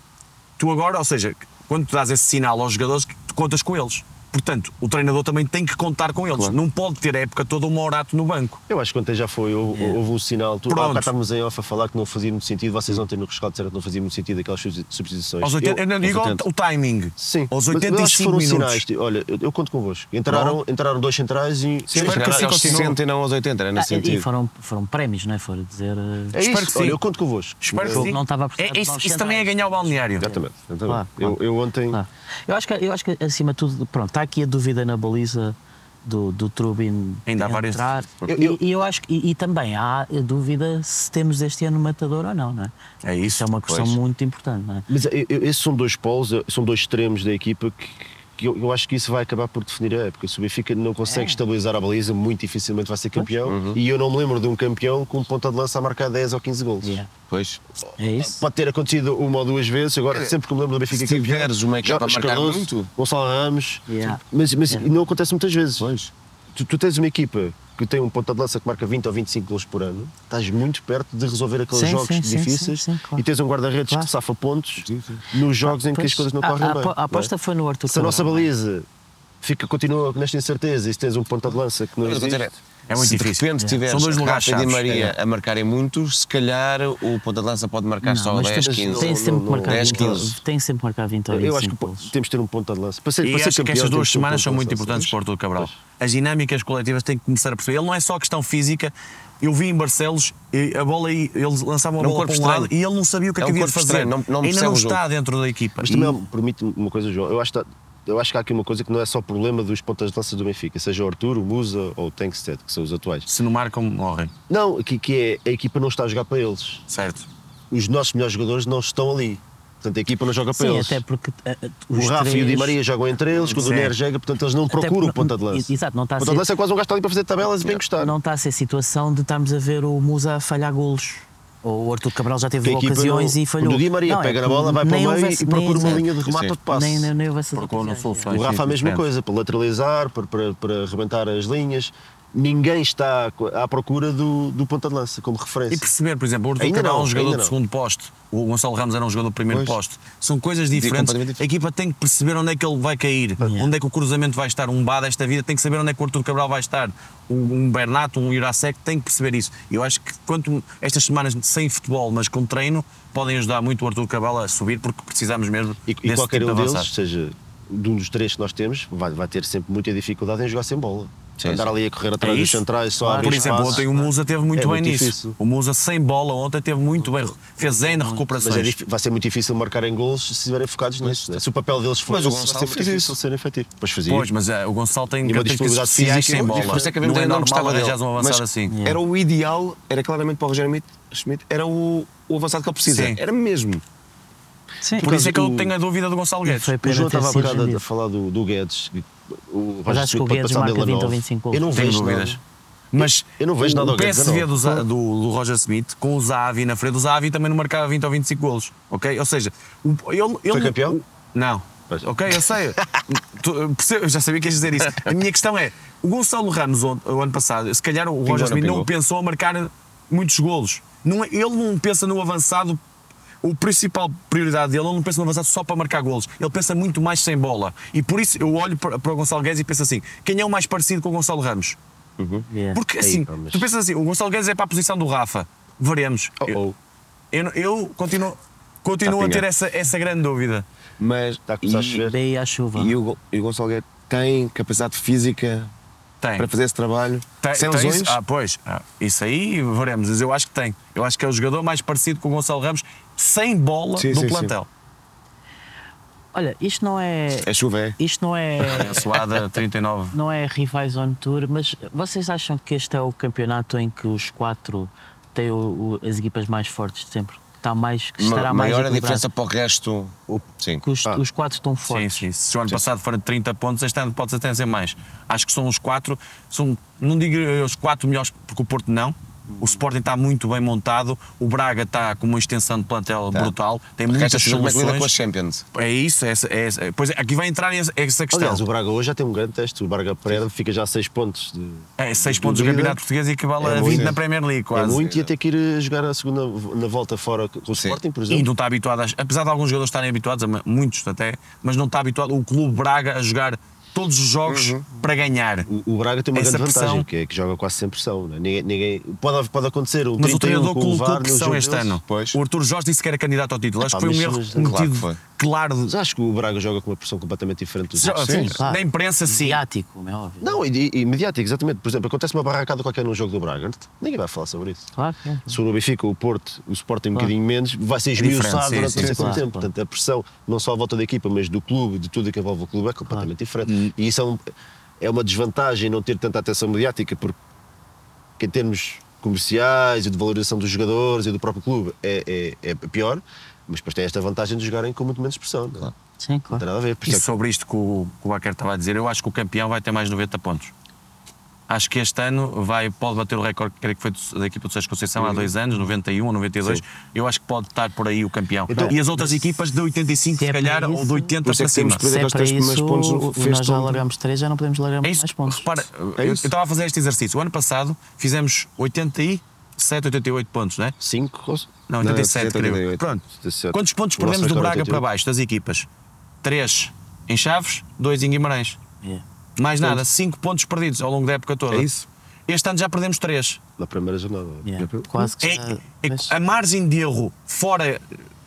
Speaker 1: Tu agora, ou seja, quando tu dás esse sinal aos jogadores, tu contas com eles. Portanto, o treinador também tem que contar com eles. Não pode ter a época toda um Morato no banco.
Speaker 4: Eu acho que ontem já foi, houve,
Speaker 2: É.
Speaker 4: houve um sinal. Tu,
Speaker 1: Pronto.
Speaker 4: há bocado estávamos em off a falar que não fazia muito sentido. Vocês ontem no Rescaldo disseram que não fazia muito sentido aquelas subs- substituições.
Speaker 1: Aos 80, eu, não
Speaker 4: aos
Speaker 1: digo
Speaker 4: 80.
Speaker 1: o timing.
Speaker 4: Sim,
Speaker 1: Aos
Speaker 4: mas eu acho que
Speaker 1: 85
Speaker 4: foram
Speaker 1: minutos.
Speaker 4: sinais. tipo, Olha, eu, eu conto convosco. Entraram, entraram dois centrais e.
Speaker 3: Sim, mas
Speaker 1: Espero que
Speaker 3: era
Speaker 1: assim
Speaker 3: aos
Speaker 1: continue.
Speaker 3: 60 e não aos 80, era
Speaker 2: Ah,
Speaker 3: nesse
Speaker 2: e- e
Speaker 3: sentido.
Speaker 2: foram, foram prémios, não é? Fora dizer. eh,
Speaker 1: Espero
Speaker 4: É isso.
Speaker 1: que
Speaker 4: Olha,
Speaker 1: sim.
Speaker 4: eu conto convosco.
Speaker 1: Espero que
Speaker 2: Não
Speaker 1: sim.
Speaker 2: estava a precisar
Speaker 1: É,
Speaker 2: de
Speaker 1: isso
Speaker 2: novos
Speaker 1: isso também é
Speaker 2: centrais.
Speaker 1: ganhar o balneário.
Speaker 4: Exatamente. exatamente.
Speaker 2: Claro,
Speaker 4: eu, eu ontem.
Speaker 2: Claro. Eu, acho que, eu acho que, acima de tudo, pronto, está aqui a dúvida na baliza do, do Trubin
Speaker 1: Ainda há várias-
Speaker 2: entrar.
Speaker 4: Eu-
Speaker 2: E-
Speaker 4: eu-
Speaker 2: E, eu acho que, e, e também há a dúvida se temos este ano matador ou não, não é?
Speaker 1: É isso,
Speaker 2: é uma questão
Speaker 1: pois.
Speaker 2: muito importante, não é?
Speaker 4: Mas eu- eu- esses são dois polos, eu- são dois extremos da equipa que, que eu, eu acho que isso vai acabar por definir a época. Se o Benfica não
Speaker 2: É.
Speaker 4: consegue estabilizar a baliza, muito dificilmente vai ser campeão.
Speaker 3: Uhum.
Speaker 4: E eu não me lembro de um campeão com ponta de lança a marcar 10 ou 15 gols.
Speaker 2: Yeah.
Speaker 3: Pois.
Speaker 2: É isso?
Speaker 4: Pode ter acontecido uma ou duas vezes, agora sempre que me lembro do Benfica
Speaker 3: Se
Speaker 4: campeão.
Speaker 3: tiveres uma equipa a
Speaker 4: Jorge
Speaker 3: marcar
Speaker 4: Cardoso,
Speaker 3: muito.
Speaker 4: Gonçalo Ramos.
Speaker 2: Yeah.
Speaker 4: Mas, mas
Speaker 2: Yeah.
Speaker 4: não acontece muitas vezes. Tu, tu tens uma equipa que tem um ponta de lança que marca 20 ou 25 gols por ano, estás muito perto de resolver aqueles
Speaker 2: Sim,
Speaker 4: jogos
Speaker 2: sim, sim,
Speaker 4: difíceis
Speaker 2: sim, sim, claro.
Speaker 4: e tens um guarda-redes
Speaker 2: Claro.
Speaker 4: que safa pontos nos jogos em que
Speaker 2: Pois,
Speaker 4: as coisas não
Speaker 2: a-
Speaker 4: correm
Speaker 2: a-
Speaker 4: bem.
Speaker 2: A,
Speaker 4: não é?
Speaker 2: aposta foi no Arthur
Speaker 4: Se a nossa
Speaker 2: Cabral, não é?
Speaker 4: baliza fica, continua nesta incerteza e se tens um ponta de lança que não
Speaker 3: Mas eu
Speaker 4: existe,
Speaker 3: vou dizer,
Speaker 1: É muito
Speaker 3: se
Speaker 1: difícil.
Speaker 3: de repente
Speaker 1: É.
Speaker 3: tiveres
Speaker 1: São dois lugares
Speaker 3: Rafa e Di
Speaker 1: chaves.
Speaker 3: Maria
Speaker 1: É.
Speaker 3: a marcarem muito, se calhar o ponta de lança pode marcar
Speaker 2: Não,
Speaker 3: só
Speaker 2: mas
Speaker 3: 10,
Speaker 2: tu-
Speaker 3: 15.
Speaker 2: Tem
Speaker 4: não-
Speaker 2: sempre
Speaker 4: não-
Speaker 2: que marcar
Speaker 3: 10,
Speaker 2: 20
Speaker 3: 15.
Speaker 2: Tem sempre que marcar 20 ou
Speaker 4: eu acho
Speaker 2: 25
Speaker 4: que po-
Speaker 2: gols.
Speaker 4: temos de ter um ponta de lança. Para ser,
Speaker 1: E
Speaker 4: para ser
Speaker 1: acho que
Speaker 4: campeão,
Speaker 1: estas
Speaker 4: temos
Speaker 1: duas
Speaker 4: de ter um
Speaker 1: semanas
Speaker 4: ponta
Speaker 1: são
Speaker 4: de
Speaker 1: muito
Speaker 4: lança.
Speaker 1: importantes para o Artur Cabral.
Speaker 4: Pois.
Speaker 1: As dinâmicas coletivas têm que começar a perceber. Ele não é só questão física. Eu vi em Barcelos, e a bola aí, eles lançavam a
Speaker 3: É um
Speaker 1: bola
Speaker 3: corpo
Speaker 1: para um lado
Speaker 3: estranho.
Speaker 1: e ele não sabia o que é
Speaker 3: É
Speaker 1: que
Speaker 3: um
Speaker 1: havia de
Speaker 3: corpo
Speaker 1: fazer.
Speaker 3: estranho, não- não
Speaker 1: Ainda
Speaker 3: percebe
Speaker 1: não
Speaker 3: o jogo.
Speaker 1: está dentro da equipa.
Speaker 4: Mas
Speaker 1: E-
Speaker 4: também é um- permite-me uma coisa, João. Eu acho, que- tá, eu acho que há aqui uma coisa que não é só problema dos pontas de lança do Benfica, seja o Arthur, o Musa ou o Tankstead, que são os atuais.
Speaker 1: se não marcam, morrem.
Speaker 4: Não, que, que é a equipa não está a jogar para eles.
Speaker 1: Certo.
Speaker 4: Os nossos melhores jogadores não estão ali. Portanto, a equipa não joga para
Speaker 2: Sim,
Speaker 4: eles.
Speaker 2: até porque eh, eh,
Speaker 4: o
Speaker 2: os
Speaker 4: Rafa e o Di
Speaker 2: três-
Speaker 4: Maria jogam entre eles, quando o
Speaker 1: Sim.
Speaker 4: Neres joga, portanto eles não
Speaker 2: Até
Speaker 4: procuram o
Speaker 2: porque não-
Speaker 4: ponta de lança.
Speaker 2: exato, não está a
Speaker 4: ponta
Speaker 2: ser-
Speaker 4: de lança é quase um gajo que está ali para fazer tabelas e bem gostar.
Speaker 2: não está a ser situação de estarmos a ver o Musa a falhar golos. Ou o Artur Cabral já teve
Speaker 4: Que a equipa
Speaker 2: ocasiões
Speaker 4: não-
Speaker 2: e falhou.
Speaker 4: quando o Di Maria
Speaker 2: Não, é
Speaker 4: pega na
Speaker 2: que
Speaker 4: bola, vai para o
Speaker 2: nem
Speaker 4: meio e
Speaker 2: houvesse-
Speaker 4: procura
Speaker 2: nem-
Speaker 4: uma linha de remate
Speaker 3: Sim.
Speaker 4: ou de passe.
Speaker 2: Nem, nem, nem houvesse
Speaker 1: Procura
Speaker 2: ocasiões,
Speaker 1: soluções.
Speaker 2: é.
Speaker 4: O Rafa a mesma
Speaker 1: Diferente.
Speaker 4: coisa, para lateralizar, para, para, para arrebentar as linhas. Ninguém está à co- à procura do, do ponta de lança como referência.
Speaker 1: E perceber, por exemplo, o Artur
Speaker 4: Assim. Ainda
Speaker 1: Cabral é
Speaker 4: não,
Speaker 1: um jogador
Speaker 4: ainda
Speaker 1: do
Speaker 4: não.
Speaker 1: segundo posto, o Gonçalo Ramos era um jogador do primeiro
Speaker 3: Pois.
Speaker 1: posto. São coisas
Speaker 3: Dia
Speaker 1: diferentes.
Speaker 3: completamente diferente.
Speaker 1: A equipa tem que perceber onde é que ele vai cair, onde é que o cruzamento vai estar. Um Bá desta vida tem que saber onde é que o Artur Cabral vai estar. Um um Bernato, um Jurasek tem que perceber isso. E Eu acho que quanto estas semanas sem futebol, mas com treino, podem ajudar muito o Artur Cabral a subir, porque precisamos mesmo
Speaker 4: E, e
Speaker 1: desse
Speaker 4: qualquer
Speaker 1: tipo
Speaker 4: um
Speaker 1: de
Speaker 4: deles,
Speaker 1: avançado.
Speaker 4: seja de um dos três que nós temos, vai, vai ter sempre muita dificuldade em jogar sem bola.
Speaker 3: Sim,
Speaker 4: Andar
Speaker 3: sim.
Speaker 4: ali a correr atrás
Speaker 1: É
Speaker 4: dos
Speaker 1: isso.
Speaker 4: centrais, só abrir
Speaker 1: Por exemplo,
Speaker 4: espaços.
Speaker 1: ontem o Musa teve muito
Speaker 4: É
Speaker 1: bem
Speaker 4: muito
Speaker 1: nisso.
Speaker 4: difícil.
Speaker 1: O Musa sem bola ontem teve muito bem, fez N
Speaker 4: Mas é
Speaker 1: recuperações.
Speaker 4: dif- vai ser muito difícil marcarem gols se estiverem focados nisso. né? Se o papel deles for
Speaker 3: Mas o
Speaker 4: esse, vai ser
Speaker 3: Gonçalo
Speaker 4: muito
Speaker 3: fez
Speaker 4: difícil de ser efetivo. Pois fazia.
Speaker 1: Pois, mas é, o Gonçalo tem
Speaker 4: E uma
Speaker 1: características
Speaker 4: disponibilidade
Speaker 1: físicas
Speaker 4: física
Speaker 1: sem bola.
Speaker 4: e
Speaker 3: Por isso é que a
Speaker 1: não é
Speaker 3: Vitória não
Speaker 1: normal
Speaker 3: gostava dele.
Speaker 1: arranjar um avançado
Speaker 3: Mas
Speaker 1: assim.
Speaker 3: Era o ideal, era claramente para o Rogério Schmidt- Schmidt, era o, o avançado que ele precisa.
Speaker 1: Sim.
Speaker 3: Era mesmo.
Speaker 2: Sim.
Speaker 1: Por isso é que eu
Speaker 4: o-
Speaker 1: tenho a dúvida do Gonçalo Guedes.
Speaker 2: é Foi
Speaker 4: O
Speaker 2: pena
Speaker 4: João
Speaker 2: ter
Speaker 4: estava a
Speaker 2: sido
Speaker 4: bocado a- a
Speaker 2: vendido.
Speaker 4: falar do, do Guedes. que O
Speaker 2: Mas
Speaker 4: Roger
Speaker 2: acho que o
Speaker 4: Schmidt pode
Speaker 2: Guedes
Speaker 4: passar
Speaker 2: marca
Speaker 4: dele a
Speaker 2: 20 ou
Speaker 4: nove.
Speaker 2: 25 gols.
Speaker 4: Eu não
Speaker 1: Tenho
Speaker 4: vejo
Speaker 1: dúvidas.
Speaker 4: nada. Mas eu não vejo nada
Speaker 1: o
Speaker 4: ao Guedes.
Speaker 1: PSV
Speaker 4: não.
Speaker 1: do, Za- do- do Roger Smith, com o Zahavi na frente, o Zahavi também não marcava 20 ou 25 golos, ok? Ou seja, o- ele... ele-
Speaker 4: Foi campeão?
Speaker 1: o- não.
Speaker 4: Pois.
Speaker 1: Ok, eu sei. Tu- percebo, eu já sabia que ias dizer isso. A minha questão é, o Gonçalo Ramos, on- o ano passado, se calhar o Roger
Speaker 3: não
Speaker 1: Smith não
Speaker 3: pingou?
Speaker 1: pensou a marcar muitos golos. Não é- ele não pensa no avançado. O principal prioridade dele, ele não pensa no avançado só para marcar golos. Ele pensa muito mais sem bola. E por isso eu olho para, para o Gonçalo Guedes e penso assim: quem é o mais parecido com o Gonçalo Ramos?
Speaker 2: Yeah.
Speaker 1: Porque
Speaker 4: Aí,
Speaker 1: assim,
Speaker 4: pá, mas-
Speaker 1: tu pensas assim, o Gonçalo Guedes é para a posição do Rafa. Veremos. Eu,
Speaker 4: Oh, oh.
Speaker 1: eu, eu continuo, continuo a
Speaker 3: Está
Speaker 1: ter essa, essa grande dúvida.
Speaker 3: Mas
Speaker 4: Está a começar a
Speaker 3: e-
Speaker 4: chover.
Speaker 2: Daí à chuva.
Speaker 3: E o, Go- e o Gonçalo Guedes tem capacidade física
Speaker 1: Tem.
Speaker 3: para fazer esse trabalho
Speaker 1: Tem-
Speaker 3: sem
Speaker 1: tem isso?
Speaker 3: lesões?
Speaker 1: Ah, pois. Ah, isso aí veremos. Mas eu acho que tem. Eu acho que é o jogador mais parecido com o Gonçalo Ramos sem bola
Speaker 3: Sim,
Speaker 1: do
Speaker 3: sim, sim.
Speaker 1: plantel.
Speaker 2: Olha, isto não é.
Speaker 3: É chuva, é.
Speaker 2: Isto não é.
Speaker 1: Abençoada 39.
Speaker 2: não é rivais on tour, mas vocês acham que este é o campeonato em que os quatro têm o- o- as equipas mais fortes de sempre? Está mais, que estará
Speaker 3: Ma-
Speaker 2: mais
Speaker 3: maior a
Speaker 2: equilibrado?
Speaker 3: diferença para o resto. o- Sim.
Speaker 2: Que os,
Speaker 4: Ah.
Speaker 2: os quatro estão
Speaker 1: Sim,
Speaker 2: fortes.
Speaker 1: sim. Se o ano passado foram 30 pontos, este ano pode até ser mais. Acho que são os quatro, são, não digo eh, os quatro melhores, porque o Porto não. O Sporting está muito bem montado, o Braga está com uma extensão de plantel
Speaker 3: Tá.
Speaker 1: brutal, tem
Speaker 3: O resto é
Speaker 1: muitas
Speaker 3: como é que lida com a
Speaker 1: soluções.
Speaker 3: Champions.
Speaker 1: É isso, é, essa- é, essa- pois é, aqui vai entrar essa essa questão.
Speaker 4: Aliás, o Braga hoje já tem um grande teste. O Braga perde, fica já a 6 pontos. De...
Speaker 1: é, 6 pontos do
Speaker 4: líder.
Speaker 1: Campeonato Português e equivale
Speaker 4: É
Speaker 1: a
Speaker 4: muito.
Speaker 1: 20 na Premier League,
Speaker 4: É
Speaker 1: quase.
Speaker 4: muito e ia ter que ir eh, jogar a segunda na volta fora com o
Speaker 3: Sim.
Speaker 4: Sporting, por
Speaker 1: E
Speaker 4: exemplo.
Speaker 1: não está habituado, às- apesar de alguns jogadores estarem habituados, a ma- muitos até, mas não está habituado o Clube Braga a jogar todos os jogos
Speaker 4: Uhum.
Speaker 1: para ganhar.
Speaker 4: O, o Braga tem uma
Speaker 1: Essa
Speaker 4: grande
Speaker 1: pressão-
Speaker 4: vantagem, que é que joga quase sem pressão. né? Ninguém, ninguém- pode, pode acontecer um
Speaker 1: Mas o
Speaker 4: 31
Speaker 1: treinador
Speaker 4: com o VAR
Speaker 1: colocou
Speaker 4: no
Speaker 1: pressão
Speaker 4: jogo
Speaker 1: este
Speaker 4: deles.
Speaker 1: ano.
Speaker 3: pois.
Speaker 1: O Arthur Jorge disse que era candidato ao título. Acho
Speaker 4: Epá,
Speaker 1: que foi um
Speaker 4: mas-
Speaker 1: erro
Speaker 4: mas-
Speaker 1: cometido
Speaker 3: claro que
Speaker 1: claro,
Speaker 3: foi.
Speaker 1: de-
Speaker 4: Mas acho que o Braga joga com uma pressão completamente diferente dos outros.
Speaker 1: Sim,
Speaker 2: claro.
Speaker 1: da imprensa, sim.
Speaker 2: Ciático, como é óbvio.
Speaker 4: Não, e, e mediático, exatamente. Por exemplo, acontece uma barracada qualquer num jogo do Braga, ninguém vai falar sobre isso.
Speaker 2: Claro que é.
Speaker 4: Se for o Benfica, o Porto, o Sporting um
Speaker 2: Claro. É
Speaker 4: bocadinho menos, vai ser
Speaker 1: diferente,
Speaker 4: esmiuçado
Speaker 1: sim,
Speaker 4: durante
Speaker 1: sim,
Speaker 4: não
Speaker 2: sim,
Speaker 4: sei quanto
Speaker 2: claro,
Speaker 4: tempo.
Speaker 2: claro.
Speaker 4: Portanto, a pressão, não só à volta da equipa, mas do clube, de tudo que envolve o clube, é completamente diferente. E isso é, um- é uma desvantagem não ter tanta atenção mediática, porque em termos comerciais e de valorização dos jogadores e do próprio clube é, é- é pior, mas depois tem esta vantagem de jogarem com muito menos pressão. não é?
Speaker 2: Sim,
Speaker 4: Não
Speaker 2: claro.
Speaker 4: tem nada a ver. Por
Speaker 1: E
Speaker 4: isso é que-
Speaker 1: sobre isto que o, que o Baquer estava a dizer, eu acho que o campeão vai ter mais 90 pontos. Acho que este ano vai, pode bater o recorde creio que foi do- da equipa do Sérgio Conceição
Speaker 3: Uhum.
Speaker 1: há dois anos, 91 ou 92. Eu acho que pode estar por aí o campeão.
Speaker 4: Então-
Speaker 1: e as outras equipas de 85,
Speaker 2: Se
Speaker 1: se,
Speaker 2: é para
Speaker 1: calhar, ou
Speaker 2: isso-
Speaker 1: de 80
Speaker 3: Por isso é
Speaker 1: para
Speaker 3: que temos
Speaker 1: cima.
Speaker 3: que perder
Speaker 2: Se é
Speaker 3: aqueles
Speaker 2: para
Speaker 3: três primeiros
Speaker 2: isso,
Speaker 3: pontos, fez
Speaker 2: nós já
Speaker 3: tudo.
Speaker 2: largamos três, já não podemos largar
Speaker 1: É
Speaker 2: mais
Speaker 1: isso,
Speaker 2: pontos.
Speaker 1: repara,
Speaker 3: É
Speaker 1: eu
Speaker 3: isso.
Speaker 1: estava a fazer este exercício. O ano passado fizemos 87, 88 pontos, não é?
Speaker 4: Cinco,
Speaker 1: Não,
Speaker 3: Não,
Speaker 1: 87,
Speaker 3: 87,
Speaker 1: creio.
Speaker 3: 88.
Speaker 1: Pronto.
Speaker 4: 87.
Speaker 1: Quantos pontos
Speaker 4: O nosso
Speaker 1: perdemos do
Speaker 4: recorde é
Speaker 1: Braga
Speaker 4: 88.
Speaker 1: para baixo das equipas? 3 em Chaves, 2 em Guimarães.
Speaker 2: Yeah.
Speaker 1: Mais nada, 5 pontos perdidos ao longo da época toda.
Speaker 3: É isso.
Speaker 1: Este ano já perdemos 3.
Speaker 4: na primeira jornada.
Speaker 2: Yeah. Quase
Speaker 1: É,
Speaker 2: que já- Mas-
Speaker 1: a margem de erro fora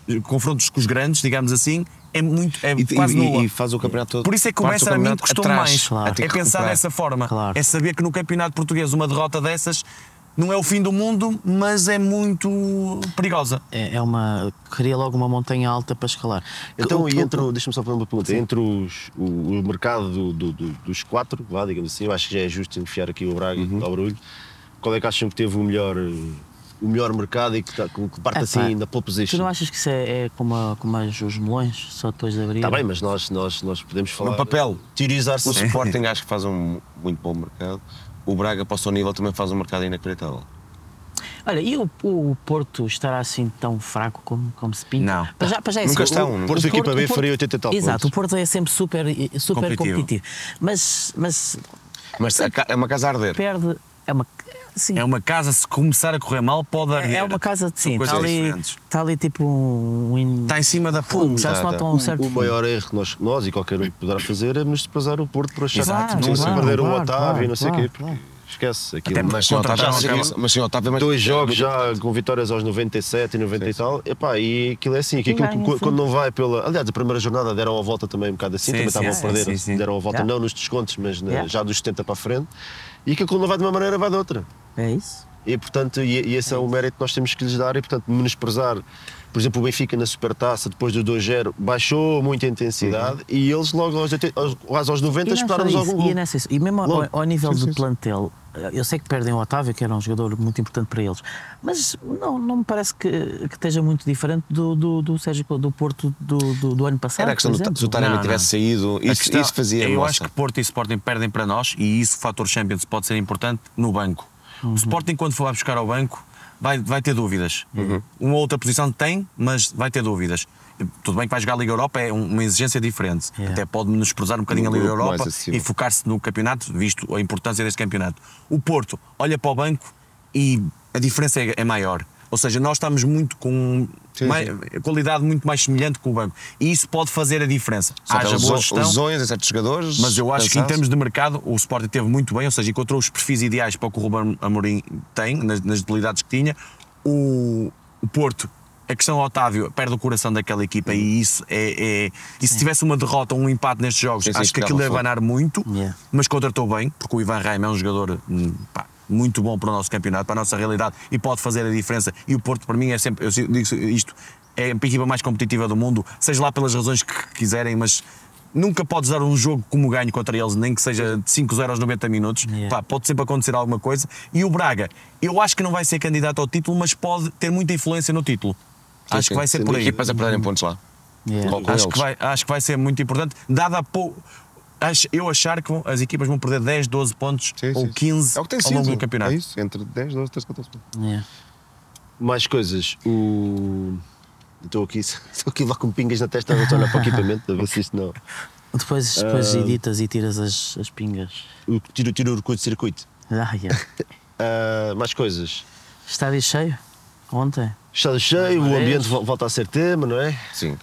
Speaker 1: eh, confrontos com os grandes, digamos assim, é muito é
Speaker 3: E,
Speaker 1: quase nula.
Speaker 3: e, e faz o campeonato todo.
Speaker 1: Por isso é que
Speaker 3: parte do
Speaker 1: começa a mim
Speaker 3: campeonato
Speaker 1: custou
Speaker 3: atrás,
Speaker 1: mais.
Speaker 2: claro.
Speaker 1: É
Speaker 3: a ter que
Speaker 1: pensar
Speaker 3: recuperar.
Speaker 1: dessa forma.
Speaker 2: Claro.
Speaker 1: É saber que no campeonato português uma derrota dessas não é o fim do mundo, mas é muito perigosa.
Speaker 2: É, é uma. Cria logo uma montanha alta para escalar.
Speaker 4: Então,
Speaker 2: O-
Speaker 4: e
Speaker 2: o-
Speaker 4: entre, o- deixa-me só fazer uma pergunta, entre os, o, o mercado do- do- do- dos quatro, vá, digamos assim, eu acho que já é justo enfiar aqui o Braga
Speaker 1: Uhum.
Speaker 4: ao barulho, qual é que acham que teve o melhor, eh, o melhor mercado e que, tá- que parte
Speaker 2: Epá,
Speaker 4: assim da pole
Speaker 2: Tu não
Speaker 4: position?
Speaker 2: achas que isso é, é como, a- como as- os melões, só depois de abrir?
Speaker 4: Está Tá bem, mas nós, nós, nós podemos falar... eh,
Speaker 3: No papel.
Speaker 4: Teorizar-se.
Speaker 3: O Sporting acho que faz um muito bom mercado. O Braga, para o seu nível, também faz um mercado inacreditável.
Speaker 2: Olha, e o, o Porto estará assim tão fraco como, como se pinta?
Speaker 1: Não.
Speaker 2: Para já, para já é
Speaker 3: Nunca
Speaker 2: assim,
Speaker 3: estão,
Speaker 2: o-
Speaker 3: nunca
Speaker 2: o
Speaker 4: Porto, equipa
Speaker 2: o
Speaker 4: B, faria 80 e tal
Speaker 2: Exato,
Speaker 4: pontos.
Speaker 2: o Porto é sempre super, super competitivo.
Speaker 1: Competitivo.
Speaker 2: Mas, mas
Speaker 3: Mas a ca- é uma casa a arder.
Speaker 2: perde. É uma. Sim,
Speaker 1: É uma casa, se começar a correr mal, pode haver.
Speaker 2: é uma casa de
Speaker 1: São
Speaker 2: sim. Está
Speaker 1: coisas
Speaker 2: ali,
Speaker 1: diferentes.
Speaker 2: está ali tipo um. um-
Speaker 1: Está em cima da ponte.
Speaker 2: já se
Speaker 3: tá,
Speaker 2: nota
Speaker 3: tá.
Speaker 2: um
Speaker 4: O-
Speaker 2: certo.
Speaker 4: O maior erro que nós, nós e qualquer um poderá fazer é menosprezar o Porto por achar
Speaker 2: Exato,
Speaker 4: que
Speaker 2: claro,
Speaker 4: se perder o
Speaker 2: claro,
Speaker 4: Otávio e não sei o
Speaker 2: claro,
Speaker 4: quê, porque
Speaker 2: claro.
Speaker 4: esquece aquilo.
Speaker 1: Até porque
Speaker 3: Mas sim,
Speaker 1: Contrataram
Speaker 3: Otávio,
Speaker 1: aquela-
Speaker 3: um mas, sim, Otávio, mas
Speaker 4: dois jogos já com vitórias aos 97 e 90 e tal, epá, e aquilo é assim, que aquilo
Speaker 2: Ganha,
Speaker 4: que-
Speaker 2: sim.
Speaker 4: quando não vai pela. Aliás, a primeira jornada deram a volta também um bocado
Speaker 1: Sim,
Speaker 4: assim, também
Speaker 1: sim,
Speaker 4: estavam a
Speaker 1: sim,
Speaker 4: perder,
Speaker 1: sim, sim.
Speaker 4: deram a volta
Speaker 2: Yeah.
Speaker 4: não nos descontos, mas na-
Speaker 2: Yeah.
Speaker 4: já dos 70 para a frente, e aquilo quando não vai de uma maneira vai de outra.
Speaker 2: É isso?
Speaker 4: E portanto, e, e esse é o mérito que nós temos que lhes dar, e portanto, menosprezar. Por exemplo, o Benfica na Supertaça, depois do 2-0, baixou muito a intensidade e eles logo aos, 80 aos- quase aos
Speaker 2: E
Speaker 4: 90
Speaker 2: não é só
Speaker 4: esperaram-nos
Speaker 2: isso,
Speaker 4: algum gol.
Speaker 2: E, não é só isso. E mesmo ao,
Speaker 4: Logo.
Speaker 2: ao nível do plantel, eu sei que perdem o Otávio, que era um jogador muito importante para eles, mas não, não me parece que, que esteja muito diferente do, do, do Sérgio Co- do Porto do, do, do ano passado.
Speaker 3: Era a questão
Speaker 2: por
Speaker 3: do ta- se o
Speaker 2: exemplo.
Speaker 3: Taremi
Speaker 1: Não,
Speaker 3: tivesse saído,
Speaker 1: A
Speaker 3: isso,
Speaker 1: questão- é,
Speaker 3: isso fazia
Speaker 1: Eu
Speaker 3: moça.
Speaker 1: acho que Porto e Sporting perdem para nós e isso, o fator Champions, pode ser importante no banco. O Sporting, quando for lá buscar ao banco, vai, vai ter dúvidas.
Speaker 3: Uhum.
Speaker 1: Uma outra posição tem, mas vai ter dúvidas. Tudo bem que vai jogar a Liga Europa, é um- uma exigência diferente.
Speaker 2: Yeah.
Speaker 1: Até pode menosprezar um bocadinho a Liga
Speaker 3: grupo mais
Speaker 1: Europa
Speaker 3: acessível.
Speaker 1: e focar-se no campeonato, visto a importância deste campeonato. O Porto olha para o banco e a diferença é, é maior. Ou seja, nós estamos muito com
Speaker 5: Sim,
Speaker 1: mai- qualidade muito mais semelhante com o banco. E isso pode fazer a diferença. Haja boa gestão.
Speaker 3: lesões a certos jogadores.
Speaker 1: Mas eu acho que em
Speaker 3: cansaço.
Speaker 1: termos de mercado o Sporting teve muito bem, ou seja, encontrou os perfis ideais para o que o Ruben Amorim tem, nas, nas debilidades que tinha. O, o Porto, a questão Otávio, perde o coração daquela equipa e isso é... é- e se tivesse uma derrota ou um empate nestes jogos,
Speaker 3: Sim, sim,
Speaker 1: acho que aquilo ia
Speaker 3: ficava
Speaker 1: abanar muito,
Speaker 2: Yeah.
Speaker 1: mas contratou bem, porque o Ivan Raim é um jogador... hum, pá, muito bom para o nosso campeonato, para a nossa realidade e pode fazer a diferença. E o Porto, para mim, é sempre, eu digo isto, é a equipa mais competitiva do mundo, seja lá pelas razões que quiserem, mas Nunca podes dar um jogo como ganho contra eles, nem que seja de 5-0 aos 90 minutos.
Speaker 2: Yeah.
Speaker 1: Pá, pode sempre acontecer alguma coisa. E o Braga, eu acho que não vai ser candidato ao título, mas pode ter muita influência no título.
Speaker 3: Sim,
Speaker 1: acho
Speaker 3: sim,
Speaker 1: que vai ser
Speaker 3: sim,
Speaker 1: por aí.
Speaker 3: Equipas a perderem pontos lá.
Speaker 2: Yeah.
Speaker 3: Ou com
Speaker 1: Acho
Speaker 3: eles.
Speaker 1: que, vai, acho que vai ser muito importante, dada a pou- acho- Eu achar que vão- as equipas vão perder 10, 12 pontos
Speaker 5: Sim,
Speaker 1: ou
Speaker 5: sim.
Speaker 1: 15
Speaker 5: É o que tem
Speaker 1: ao
Speaker 5: sido.
Speaker 1: longo do campeonato.
Speaker 5: É isso, entre 10, 12, 13, 14 pontos.
Speaker 2: Yeah.
Speaker 4: Mais coisas. O... Estou aqui, estou aqui lá com pingas na testa, estou a olhar para o equipamento, a ver se isto não.
Speaker 2: Depois, depois
Speaker 4: Ah.
Speaker 2: editas e tiras as, as pingas.
Speaker 4: O- Tiro, tiro o recuo de circuito.
Speaker 2: Ah, yeah.
Speaker 4: Ah, mais coisas.
Speaker 2: Estádio cheio ontem.
Speaker 4: Estado cheio, o
Speaker 2: Parece.
Speaker 4: ambiente vol- volta a ser tema, não é?
Speaker 3: Sim.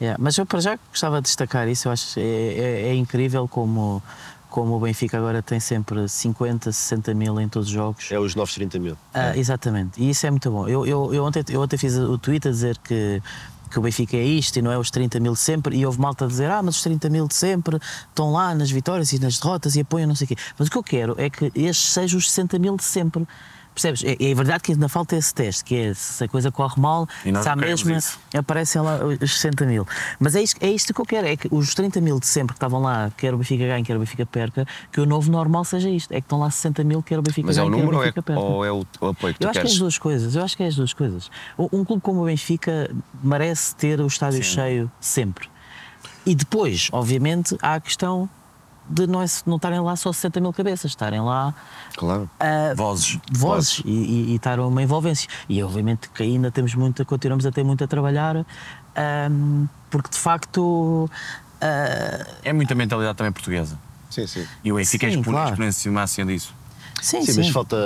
Speaker 2: Yeah, Mas eu para já gostava de destacar isso, eu acho que é, é- é incrível como, como o Benfica agora tem sempre 50, 60 mil em todos os jogos.
Speaker 4: É os 930 mil.
Speaker 2: Ah, Exatamente, e isso é muito bom. Eu, eu, eu, ontem, eu ontem fiz o tweet a dizer que, que o Benfica é isto e não é os 30 mil de sempre, e houve malta a dizer: ah, mas os 30 mil de sempre estão lá nas vitórias e nas derrotas e apoiam não sei o quê. Mas o que eu quero é que estes sejam os 60 mil de sempre. Percebes? É, é verdade que ainda falta esse teste, que é se a coisa corre mal,
Speaker 1: E nós
Speaker 2: se há
Speaker 1: não queremos
Speaker 2: mesmo
Speaker 1: isso.
Speaker 2: aparecem lá os 60 mil. Mas é isto, é isto que eu quero, é que os 30 mil de sempre que estavam lá, quer o Benfica ganhe, quer o Benfica perca, que o novo normal seja isto, é que estão lá 60 mil, quer o Benfica
Speaker 3: Mas é
Speaker 2: ganhe,
Speaker 3: o
Speaker 2: quer
Speaker 3: número
Speaker 2: o
Speaker 3: ou é,
Speaker 2: Benfica perca.
Speaker 3: ou é o, o apoio
Speaker 2: Eu acho que
Speaker 3: que tu
Speaker 2: é as
Speaker 3: queres?
Speaker 2: duas coisas. Eu acho que é as duas coisas. Um- Um clube como o Benfica merece ter o estádio cheio sempre. E depois, obviamente, há a questão de não, é- não estarem lá só 60 mil cabeças, estarem lá
Speaker 3: Claro.
Speaker 2: ah,
Speaker 1: Vozes.
Speaker 2: vozes e, e, e estar uma envolvência. E obviamente que ainda temos muito, continuamos a ter muito a trabalhar, ahm, porque de facto. ah,
Speaker 1: É muita mentalidade também portuguesa.
Speaker 5: Sim, sim.
Speaker 1: E o Benfica é
Speaker 2: Sim,
Speaker 1: expo-
Speaker 2: claro.
Speaker 1: exponenciar disso.
Speaker 2: sim,
Speaker 4: Sim,
Speaker 2: sim.
Speaker 4: mas falta.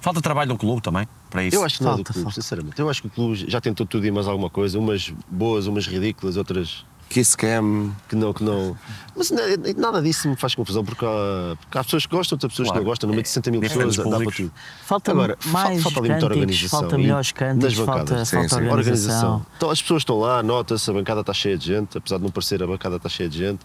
Speaker 1: Falta trabalho do clube também, para isso.
Speaker 4: Eu acho que não é do
Speaker 2: Falta,
Speaker 4: clube,
Speaker 2: falta.
Speaker 4: sinceramente. Eu acho que o clube já tentou tudo e mais alguma coisa, umas boas, umas ridículas, outras
Speaker 3: Kiss Cam.
Speaker 4: que não. Que não. Mas na- nada disso me faz confusão, porque há, porque há pessoas que gostam, outras pessoas que
Speaker 1: Claro,
Speaker 4: não gostam. No meio de 60 mil
Speaker 1: diferentes
Speaker 4: pessoas, dá para
Speaker 1: públicos.
Speaker 4: tudo.
Speaker 2: Falta
Speaker 4: Agora,
Speaker 2: mais
Speaker 4: falta ali muita
Speaker 2: cânticos,
Speaker 4: organização.
Speaker 2: falta
Speaker 4: e-
Speaker 2: melhores cânticos,
Speaker 4: nas bancadas.
Speaker 2: falta-
Speaker 3: Sim,
Speaker 2: falta
Speaker 3: sim.
Speaker 2: organização.
Speaker 4: Então, as pessoas estão lá, nota-se, a bancada está cheia de gente, apesar de não parecer, a bancada está cheia de gente.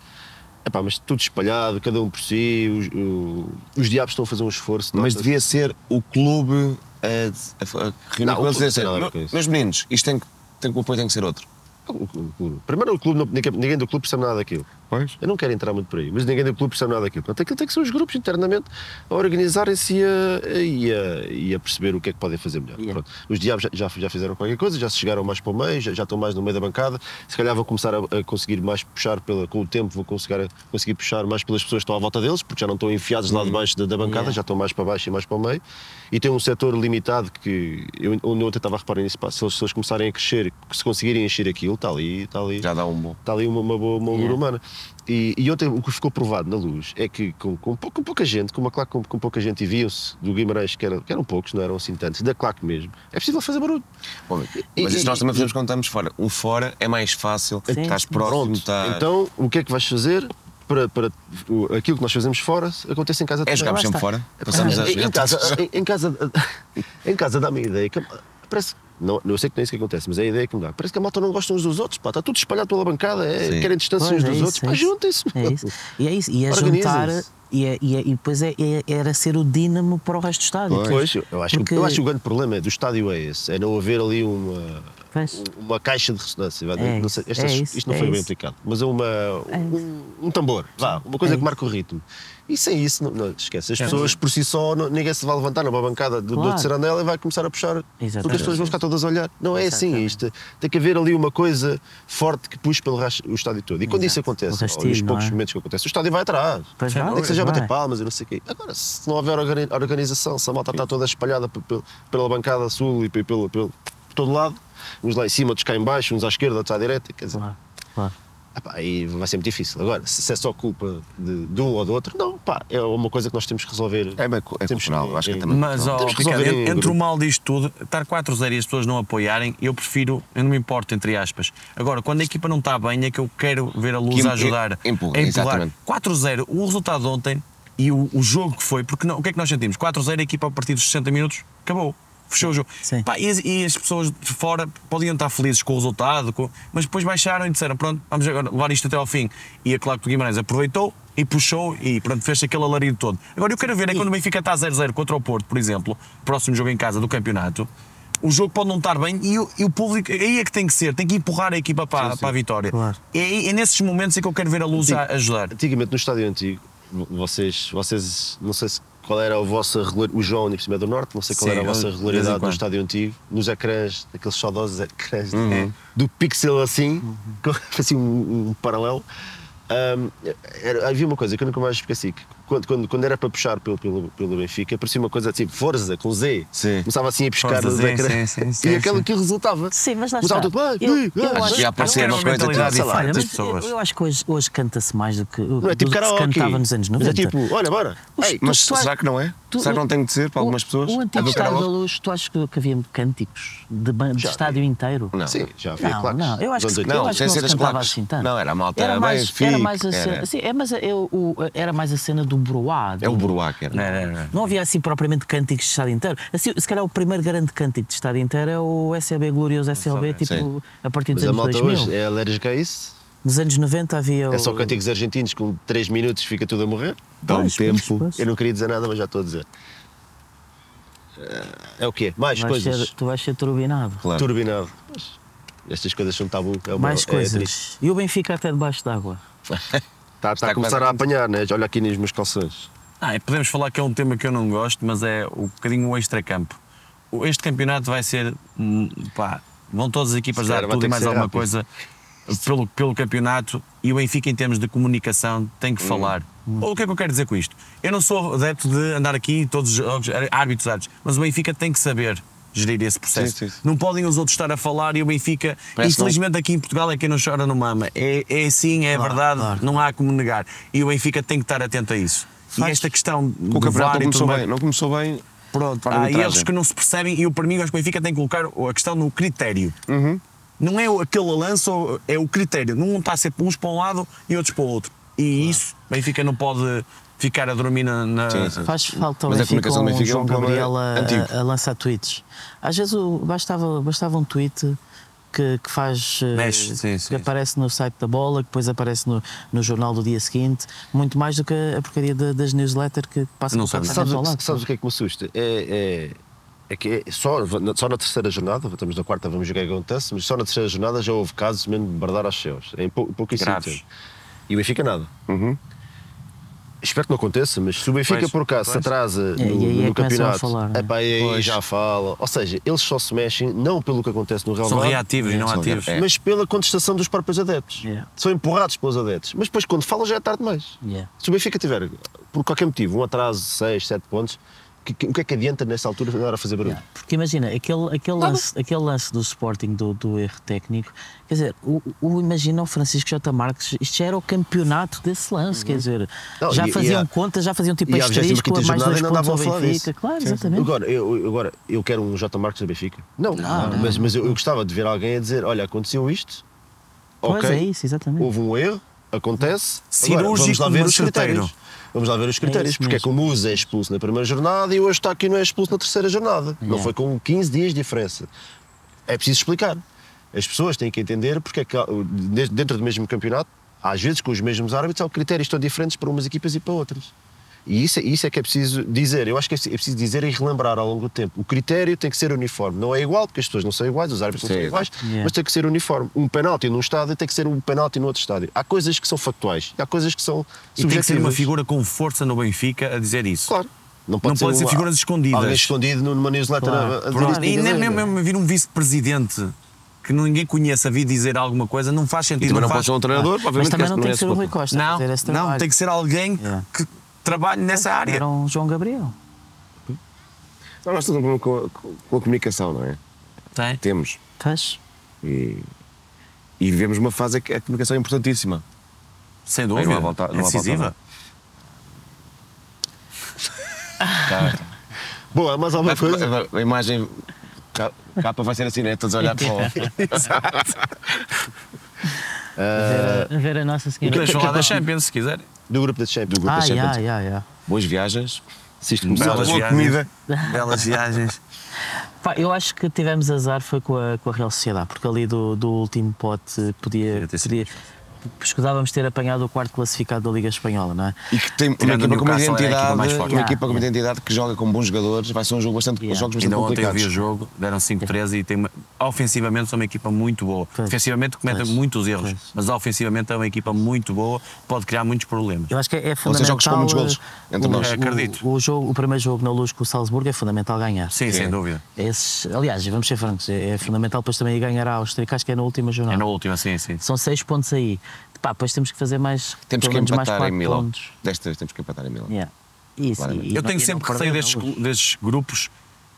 Speaker 4: Epá, mas tudo espalhado, cada um por si, os, o- os diabos estão a fazer um esforço.
Speaker 3: Mas
Speaker 4: nota-se.
Speaker 3: devia ser o clube a, a, a reunir
Speaker 4: Não,
Speaker 3: com
Speaker 4: o
Speaker 3: eles e dizer:
Speaker 4: clube não tem nada a ver com
Speaker 3: "Me-
Speaker 4: isso."
Speaker 3: Meus meninos, isto tem que, tem que o apoio tem que ser outro.
Speaker 4: O- o- o clube. Primeiro, o clube, não- ninguém, ninguém do clube percebe nada daquilo.
Speaker 5: Pois.
Speaker 4: Eu não quero entrar muito por aí, mas ninguém do clube percebe nada daquilo. Portanto, aquilo tem que ser os grupos internamente a organizarem-se e a, e, a, e a perceber o que é que podem fazer melhor. Pronto. Os diabos já, já, já fizeram qualquer coisa, já se chegaram mais para o meio, já, já estão mais no meio da bancada. Se calhar vou começar a, a conseguir mais puxar pela, com o tempo, vou conseguir, conseguir puxar mais pelas pessoas que estão à volta deles, porque já não estão enfiados
Speaker 3: Uhum.
Speaker 4: lá debaixo da, da bancada,
Speaker 2: Yeah.
Speaker 4: já estão mais para baixo e mais para o meio. E tem um setor limitado que eu, onde eu ontem estava a reparar nisso, pá, se as pessoas começarem a crescer, se conseguirem encher aquilo, está ali, está ali
Speaker 3: Já dá um bom.
Speaker 4: está ali uma, uma boa uma
Speaker 2: Yeah.
Speaker 4: lura humana. E, e ontem o que ficou provado na luz é que com, com, pou- com pouca gente, com uma claque com, com pouca gente, e viam-se do Guimarães que, era, que eram poucos, não eram assim tantos, da claque mesmo, é possível fazer barulho.
Speaker 3: Bom,
Speaker 4: E-
Speaker 3: mas isso
Speaker 4: e-
Speaker 3: nós também fazemos quando estamos fora. O fora é mais fácil,
Speaker 2: Sim.
Speaker 3: estás próximo, tá-
Speaker 4: Pronto,
Speaker 3: estás.
Speaker 4: então o que é que vais fazer para, para o- aquilo que nós fazemos fora acontece em casa
Speaker 3: é
Speaker 4: também?
Speaker 3: jogarmos
Speaker 2: lá
Speaker 3: sempre
Speaker 2: está.
Speaker 3: fora. Passamos a
Speaker 4: em,
Speaker 3: jogar
Speaker 4: em casa,
Speaker 3: todos.
Speaker 4: em, em casa, em casa dá-me a ideia que parece. Não, eu sei que não é isso que acontece, mas é a ideia que me dá. Parece que a malta não gosta uns dos outros, pá, está tudo espalhado pela bancada, é,
Speaker 3: Sim.
Speaker 4: querem distância
Speaker 2: Pois,
Speaker 4: uns
Speaker 2: é
Speaker 4: dos
Speaker 2: isso,
Speaker 4: outros,
Speaker 2: é
Speaker 4: pá,
Speaker 2: isso.
Speaker 4: juntem-se.
Speaker 2: É isso. E é isso. E é
Speaker 4: Organizem-se.
Speaker 2: juntar. E, é, e, é, e depois é, é- era ser o dínamo para o resto do estádio.
Speaker 4: Pois, eu acho,
Speaker 2: Porque-
Speaker 4: que, eu acho que o grande problema do estádio é esse, é não haver ali uma,
Speaker 2: Pois.
Speaker 4: uma caixa de ressonância. vá,
Speaker 2: É
Speaker 4: não sei,
Speaker 2: isso,
Speaker 4: estas-
Speaker 2: é isso,
Speaker 4: isto não
Speaker 2: é
Speaker 4: foi bem
Speaker 2: isso.
Speaker 4: aplicado, mas é uma, um, um tambor, vá, uma coisa
Speaker 2: É
Speaker 4: que marca o ritmo. E sem isso, não, não, esquece, as pessoas por si só, não- ninguém se vai levantar numa bancada do,
Speaker 2: Claro.
Speaker 4: do terceiro anel e vai começar a puxar, porque
Speaker 2: Exatamente.
Speaker 4: as pessoas vão ficar todas a olhar. Não é assim isto, tem que haver ali uma coisa forte que puxe pelo ras- o estádio todo. E quando
Speaker 2: Exato.
Speaker 4: isso
Speaker 2: O
Speaker 4: acontece, ou nos
Speaker 2: rastilho, não
Speaker 4: poucos
Speaker 2: é?
Speaker 4: momentos que acontece, o estádio vai atrás.
Speaker 2: Pois
Speaker 4: Não
Speaker 2: vai,
Speaker 4: é que seja
Speaker 2: vai.
Speaker 4: bater palmas e não sei o quê. Agora, se não houver organi- organização, se a malta está toda espalhada pe- pe- pela bancada sul e pe- pelo, pelo, por todo lado, uns lá em cima, outros cá em baixo, uns à esquerda, outros à direita, quer dizer,
Speaker 2: Claro, claro.
Speaker 4: epá, aí vai ser muito difícil. Agora, se, se é só culpa de, de um ou do outro, não, pá, é uma coisa que nós temos que resolver.
Speaker 3: É, bem, cu- é
Speaker 4: Temos
Speaker 3: cultural,
Speaker 4: que-
Speaker 3: acho que é
Speaker 4: é-
Speaker 3: também.
Speaker 1: Mas, ó,
Speaker 4: Temos que
Speaker 1: Ricardo,
Speaker 4: resolver
Speaker 1: en-
Speaker 4: em
Speaker 1: entre o
Speaker 4: grupo.
Speaker 1: mal disto tudo, estar 4-0 e as pessoas não apoiarem, eu prefiro, eu não me importo, entre aspas. Agora, quando a equipa não está bem, é que eu quero ver a luz
Speaker 3: Que em-
Speaker 1: a ajudar.
Speaker 3: em- empurra,
Speaker 1: a
Speaker 3: exatamente.
Speaker 1: 4-0, o resultado de ontem e o, o jogo que foi, porque não- o que é que nós sentimos? 4-0, a equipa a partir dos 60 minutos, acabou. Fechou o jogo.
Speaker 2: Sim.
Speaker 1: Pá, Ah, e, as- e as pessoas de fora podiam estar felizes com o resultado, com- mas depois baixaram e disseram: pronto, vamos agora levar isto até ao fim. E a Claro que o Guimarães aproveitou e puxou e pronto, fez aquele alarido todo. Agora eu quero ver é quando o Benfica está 0-0 contra o Porto, por exemplo, próximo jogo em casa do campeonato. O jogo pode não estar bem e o, e o público, aí é que tem que ser, tem que empurrar a equipa para, para a vitória.
Speaker 2: Claro.
Speaker 1: É, aí- é nesses momentos é que eu quero ver a luz a ajudar.
Speaker 4: Antigamente no estádio antigo, vo- vocês, vocês não sei se qual era a vossa regularidade, o João ali por cima é do Norte, não sei qual
Speaker 1: Sim,
Speaker 4: era a
Speaker 1: eu-
Speaker 4: vossa
Speaker 1: de vez em
Speaker 4: regularidade no
Speaker 1: quando. Uhum.
Speaker 4: estádio antigo, nos ecrãs, daqueles saudosos ecrãs né, do pixel assim, com assim um, um paralelo. Ahm, era- havia uma coisa que eu nunca mais esqueci, que quando, quando, quando era para puxar pelo, pelo, pelo Benfica, parecia uma coisa tipo Forza, com Z,
Speaker 3: Sim.
Speaker 4: começava assim a piscar
Speaker 1: Forza,
Speaker 4: nos
Speaker 1: sim,
Speaker 4: ecrãs,
Speaker 1: sim, sim, sim,
Speaker 4: e aquilo
Speaker 1: sim.
Speaker 4: que resultava.
Speaker 6: Sim, mas lá está.
Speaker 4: Começava tudo, "Ah,
Speaker 6: Eu-
Speaker 4: ah,
Speaker 6: eu
Speaker 4: ah",
Speaker 6: acho-
Speaker 3: Já
Speaker 1: Eu
Speaker 3: apareceram
Speaker 1: quero
Speaker 3: umas
Speaker 1: uma
Speaker 3: coisas.
Speaker 1: mentalidade
Speaker 3: tipo, sei lá,
Speaker 2: Olha,
Speaker 1: das
Speaker 2: mas
Speaker 1: pessoas.
Speaker 2: eu, eu acho que hoje, hoje canta-se mais do que,
Speaker 4: Não é tipo
Speaker 2: do que se
Speaker 4: karaoke.
Speaker 2: cantava nos anos
Speaker 4: Mas
Speaker 2: 90.
Speaker 4: é tipo, olha, bora.
Speaker 2: Os-
Speaker 4: Ei,
Speaker 2: tu-
Speaker 3: Mas
Speaker 2: tu ach-
Speaker 3: será que não é?
Speaker 2: tu-
Speaker 3: será que não tem de ser para
Speaker 2: o-
Speaker 3: algumas pessoas?
Speaker 2: O
Speaker 3: A
Speaker 2: antigo
Speaker 3: do
Speaker 2: estádio da
Speaker 3: karaoke?
Speaker 2: Luz, tu achas que que havia cânticos de, ban- de
Speaker 4: Já
Speaker 2: estádio inteiro?
Speaker 3: Não.
Speaker 4: Sim, já havia
Speaker 2: Não,
Speaker 4: claques.
Speaker 2: não, eu acho que
Speaker 4: Dos
Speaker 2: se-
Speaker 4: anos
Speaker 2: eu
Speaker 3: Não,
Speaker 2: acho
Speaker 3: sem
Speaker 2: que
Speaker 3: ser
Speaker 2: não
Speaker 3: as
Speaker 2: se cantava
Speaker 3: claques.
Speaker 2: assim tanto.
Speaker 3: Não, era a malta,
Speaker 2: Era
Speaker 3: era
Speaker 2: mais,
Speaker 3: bem
Speaker 2: era
Speaker 3: fixe,
Speaker 2: mais a cena,
Speaker 3: era.
Speaker 2: sim, é, mas eu- o- era mais a cena do broá.
Speaker 3: É o
Speaker 2: do-
Speaker 3: Buruá que era.
Speaker 1: Não, não, não.
Speaker 2: Não havia assim propriamente cânticos de estádio inteiro. Assim, se calhar o primeiro grande cântico de estádio inteiro é o SLB Glorioso SLB, tipo
Speaker 3: Sim.
Speaker 2: a partir dos
Speaker 4: Mas a
Speaker 2: anos
Speaker 4: malta
Speaker 2: 2000.
Speaker 4: hoje é alérgica a isso?
Speaker 2: Nos anos 90 havia.
Speaker 4: É só
Speaker 2: o-
Speaker 4: cânticos argentinos com 3 minutos fica tudo a morrer?
Speaker 3: Dá um
Speaker 2: Pois, pois,
Speaker 3: tempo.
Speaker 2: pois.
Speaker 4: Eu não queria dizer nada, mas já estou a dizer. É o quê? Mais
Speaker 2: Vais
Speaker 4: coisas.
Speaker 2: ser- tu vais ser turbinado.
Speaker 3: Claro.
Speaker 4: Turbinado. Mas Estas coisas são tabu. É uma,
Speaker 2: Mais
Speaker 4: é triste.
Speaker 2: coisas. E o Benfica até debaixo d'água.
Speaker 4: Está, está
Speaker 3: Está
Speaker 4: a começar
Speaker 3: quase-
Speaker 4: a apanhar, né? Olha aqui nos meus calções.
Speaker 1: Ah, e podemos falar que é um tema que eu não gosto, mas é um bocadinho o extracampo. O- Este campeonato vai ser. hum, Pá, vão todas as equipas
Speaker 4: Se
Speaker 1: dar
Speaker 4: calhar vai
Speaker 1: tudo e
Speaker 4: ter que
Speaker 1: mais
Speaker 4: ser
Speaker 1: alguma
Speaker 4: rápido.
Speaker 1: coisa pelo, pelo campeonato e o Benfica, em termos de comunicação, tem
Speaker 4: Hum.
Speaker 1: que falar. Ou o que é que eu quero dizer com isto? Eu não sou adepto de andar aqui todos os jogos, ar- árbitros, árbitros, mas o Benfica tem que saber gerir esse processo.
Speaker 3: Sim, sim, sim.
Speaker 1: Não podem os outros estar a falar e o Benfica,
Speaker 3: Parece que não-
Speaker 1: infelizmente aqui em Portugal é quem não chora não mama. É, é assim, é
Speaker 2: Claro,
Speaker 1: verdade,
Speaker 2: claro.
Speaker 1: não há como negar. E o Benfica tem que estar atento a isso. E
Speaker 2: Faz-
Speaker 1: esta questão
Speaker 3: O
Speaker 1: do
Speaker 3: campeonato
Speaker 1: VAR e
Speaker 3: não
Speaker 1: tudo
Speaker 3: começou
Speaker 1: mais-
Speaker 3: bem. Não começou bem.
Speaker 1: Pronto,
Speaker 3: Para a
Speaker 1: há
Speaker 3: arbitragem.
Speaker 1: erros que não se percebem e eu, para mim, acho que o Benfica tem que colocar a questão no critério.
Speaker 3: Uhum.
Speaker 1: Não é o- aquele lance, ou- é o critério. Não está a ser uns para um lado e outros para o outro. E isso, o Benfica não pode ficar a dormir na. na-
Speaker 3: Sim, sim.
Speaker 2: Faz falta o
Speaker 3: Mas a
Speaker 2: Benfica
Speaker 3: comunicação do
Speaker 2: um
Speaker 3: Benfica é um
Speaker 2: João
Speaker 3: problema
Speaker 2: Gabriel
Speaker 3: antigo.
Speaker 2: a, a- a lançar tweets. Às vezes o- bastava, bastava um tweet que, que faz. eh,
Speaker 1: Mexe, sim, sim.
Speaker 2: que aparece no site da bola, que depois aparece no, no jornal do dia seguinte, muito mais do que a porcaria da- das newsletters que passam
Speaker 1: Não
Speaker 2: completamente
Speaker 4: Sabes,
Speaker 2: ao
Speaker 4: o
Speaker 2: lado.
Speaker 4: que- sabes o que é que me assusta? É, é- é que é só, na- só na terceira jornada, estamos na quarta, vamos ver o que é que acontece, mas só na terceira jornada já houve casos mesmo de bardar aos céus. Em pou, pouquíssimo
Speaker 1: Graves.
Speaker 4: tempo. E o Benfica nada.
Speaker 2: Uhum.
Speaker 4: Espero que não aconteça, mas se o Benfica
Speaker 1: Pois,
Speaker 4: por acaso se
Speaker 1: pois.
Speaker 4: atrasa
Speaker 2: É,
Speaker 4: no,
Speaker 2: e aí é
Speaker 4: no
Speaker 2: que começam a
Speaker 4: campeonato,
Speaker 2: falar, né?
Speaker 4: epá, e aí
Speaker 3: Pois.
Speaker 4: já fala. Ou seja, eles só se mexem não pelo que acontece no Real
Speaker 1: São
Speaker 4: Madrid,
Speaker 1: reativos e não
Speaker 3: são
Speaker 1: ativos.
Speaker 3: reativos. É.
Speaker 4: mas pela contestação dos próprios adeptos.
Speaker 2: Yeah.
Speaker 4: São empurrados pelos adeptos. Mas depois, quando falam, já é tarde demais.
Speaker 2: Yeah.
Speaker 4: Se o Benfica tiver, por qualquer motivo, um atraso de 6, 7 pontos, que- que- o que é que adianta nessa altura andar a fazer barulho?
Speaker 2: Porque imagina, aquele, aquele, lance, aquele lance do Sporting do, do erro técnico, quer dizer, o, o- imagina o Francisco J. Marques, isto já era o campeonato desse lance, quer dizer,
Speaker 4: Não,
Speaker 2: já
Speaker 4: e- e
Speaker 2: faziam
Speaker 4: a-
Speaker 2: contas, já faziam tipo
Speaker 4: e à
Speaker 2: asterisco,
Speaker 4: 25ª
Speaker 2: mais dois
Speaker 4: jornada ainda
Speaker 2: pontos ao
Speaker 4: andavam a falar
Speaker 2: Benfica,
Speaker 4: disso.
Speaker 2: claro, exatamente.
Speaker 4: Agora eu, eu- agora, eu quero um J. Marques do Benfica? Não, mas, mas eu, eu gostava de ver alguém a dizer: olha, aconteceu isto,
Speaker 2: Pois
Speaker 4: ok,
Speaker 2: é isso, exatamente.
Speaker 4: houve um erro, acontece,
Speaker 1: Cirúrgico,
Speaker 4: agora, vamos lá ver
Speaker 1: mas
Speaker 4: os critérios.
Speaker 1: certeiro.
Speaker 4: Vamos lá ver os critérios,
Speaker 2: isso
Speaker 4: porque é que o Musa é expulso na primeira jornada e hoje está aqui não é expulso na terceira jornada. Não
Speaker 2: Yeah.
Speaker 4: foi com 15 dias de diferença. É preciso explicar. As pessoas têm que entender porque é que há- de- dentro do mesmo campeonato, às vezes com os mesmos árbitros, há critérios tão diferentes para umas equipas e para outras. E isso, é- isso é que é preciso dizer. Eu acho que é preciso- é preciso dizer e relembrar ao longo do tempo. O critério tem que ser uniforme. Não é igual, porque as pessoas não são iguais, os árbitros não
Speaker 3: Sim.
Speaker 4: são iguais,
Speaker 2: Yeah.
Speaker 4: mas tem que ser uniforme. Um penalti num estádio tem que ser um penalti no outro estádio. Há coisas que são factuais, e há coisas que são
Speaker 1: E tem que ser uma
Speaker 4: subjetivas.
Speaker 1: figura com força no Benfica a dizer isso.
Speaker 4: Claro.
Speaker 1: Não pode ser
Speaker 4: uma-
Speaker 1: figuras escondidas.
Speaker 4: Alguém escondido numa newsletter
Speaker 2: Claro.
Speaker 4: a- a dizer
Speaker 1: Pronto,
Speaker 4: isto,
Speaker 1: E
Speaker 4: ninguém
Speaker 1: nem
Speaker 4: vê,
Speaker 1: mesmo,
Speaker 4: não é?
Speaker 1: mesmo vir um vice-presidente que ninguém conhece a vir dizer alguma coisa não faz sentido.
Speaker 3: E também não
Speaker 1: faz...
Speaker 3: pode ser um treinador,
Speaker 2: Mas
Speaker 3: obviamente.
Speaker 2: também
Speaker 3: que
Speaker 2: não tem
Speaker 3: é
Speaker 2: que ser o Rui Costa a
Speaker 1: Não,
Speaker 2: fazer esse
Speaker 1: não
Speaker 2: trabalho.
Speaker 1: tem que ser alguém
Speaker 2: Yeah.
Speaker 1: que trabalhe nessa área.
Speaker 2: Era um João Gabriel.
Speaker 3: Não, Nós temos um problema com a- com a comunicação, não é?
Speaker 1: Tem.
Speaker 3: Temos.
Speaker 2: Faz?
Speaker 3: E E vivemos uma fase em que a comunicação é importantíssima.
Speaker 1: Sem
Speaker 3: Bem,
Speaker 1: dúvida.
Speaker 3: não há volta- não
Speaker 1: é
Speaker 3: há volta a
Speaker 1: decisiva.
Speaker 3: dar.
Speaker 4: Boa, mais alguma coisa?
Speaker 3: Agora, A imagem ca- capa vai ser assim, né? Todos a olhar para o.
Speaker 4: Ah.
Speaker 2: A ver, a ver a nossa
Speaker 1: E
Speaker 2: seguinte.
Speaker 1: podemos falar da Champions, se quiserem.
Speaker 4: Do grupo da Champions.
Speaker 2: Ah,
Speaker 4: da
Speaker 2: já,
Speaker 4: Champions.
Speaker 2: já, já.
Speaker 3: Boas viagens.
Speaker 4: Se isto começar
Speaker 1: Belas
Speaker 4: logo-
Speaker 1: viagens. Belas viagens.
Speaker 2: Pá, eu acho que tivemos azar foi com a, com a Real Sociedade, porque ali do, do último pote podia.
Speaker 1: Podia ter sido
Speaker 2: podia escudávamos ter apanhado o quarto classificado da Liga Espanhola, não é?
Speaker 3: E que tem uma
Speaker 1: Tirando
Speaker 3: equipa
Speaker 1: o
Speaker 3: com
Speaker 1: Newcastle, é
Speaker 3: uma
Speaker 1: a equipa
Speaker 3: identidade,
Speaker 1: mais forte.
Speaker 3: uma equipa com uma identidade que joga com bons jogadores, vai ser um jogo bastante,
Speaker 2: Yeah.
Speaker 3: jogos bastante
Speaker 1: Ainda ontem eu vi o
Speaker 3: complicados.
Speaker 1: jogo, deram 5-13 e tem uma, ofensivamente são uma equipa muito boa.
Speaker 2: Pois.
Speaker 1: Defensivamente cometem
Speaker 2: Pois.
Speaker 1: muitos erros,
Speaker 2: Pois.
Speaker 1: mas ofensivamente é uma equipa muito boa, pode criar muitos problemas.
Speaker 2: Eu acho que é fundamental.
Speaker 3: jogos com muitos
Speaker 2: eh,
Speaker 3: golos entre
Speaker 2: o-
Speaker 3: nós.
Speaker 2: o-
Speaker 1: Acredito.
Speaker 2: O, jogo, o primeiro jogo na luz com o Salzburgo é fundamental ganhar.
Speaker 1: Sim, sem dúvida.
Speaker 2: Esses- aliás, e vamos ser francos, é, é fundamental depois também ganhar a Áustria, que acho que é na última jornada.
Speaker 1: É na última, sim, sim.
Speaker 2: São seis pontos aí. Pá, depois temos que fazer mais.
Speaker 3: Temos
Speaker 2: pelo
Speaker 3: que
Speaker 2: menos mais
Speaker 3: empatar em
Speaker 2: quatro
Speaker 3: Milão.
Speaker 2: pontos.
Speaker 3: Desta vez temos que empatar em Milão.
Speaker 2: Yeah. Isso,
Speaker 3: Claramente.
Speaker 2: e- e
Speaker 1: Eu
Speaker 2: não-
Speaker 1: tenho
Speaker 2: e
Speaker 1: sempre
Speaker 2: não
Speaker 1: receio
Speaker 2: perder,
Speaker 1: destes,
Speaker 2: não,
Speaker 1: glu- destes grupos,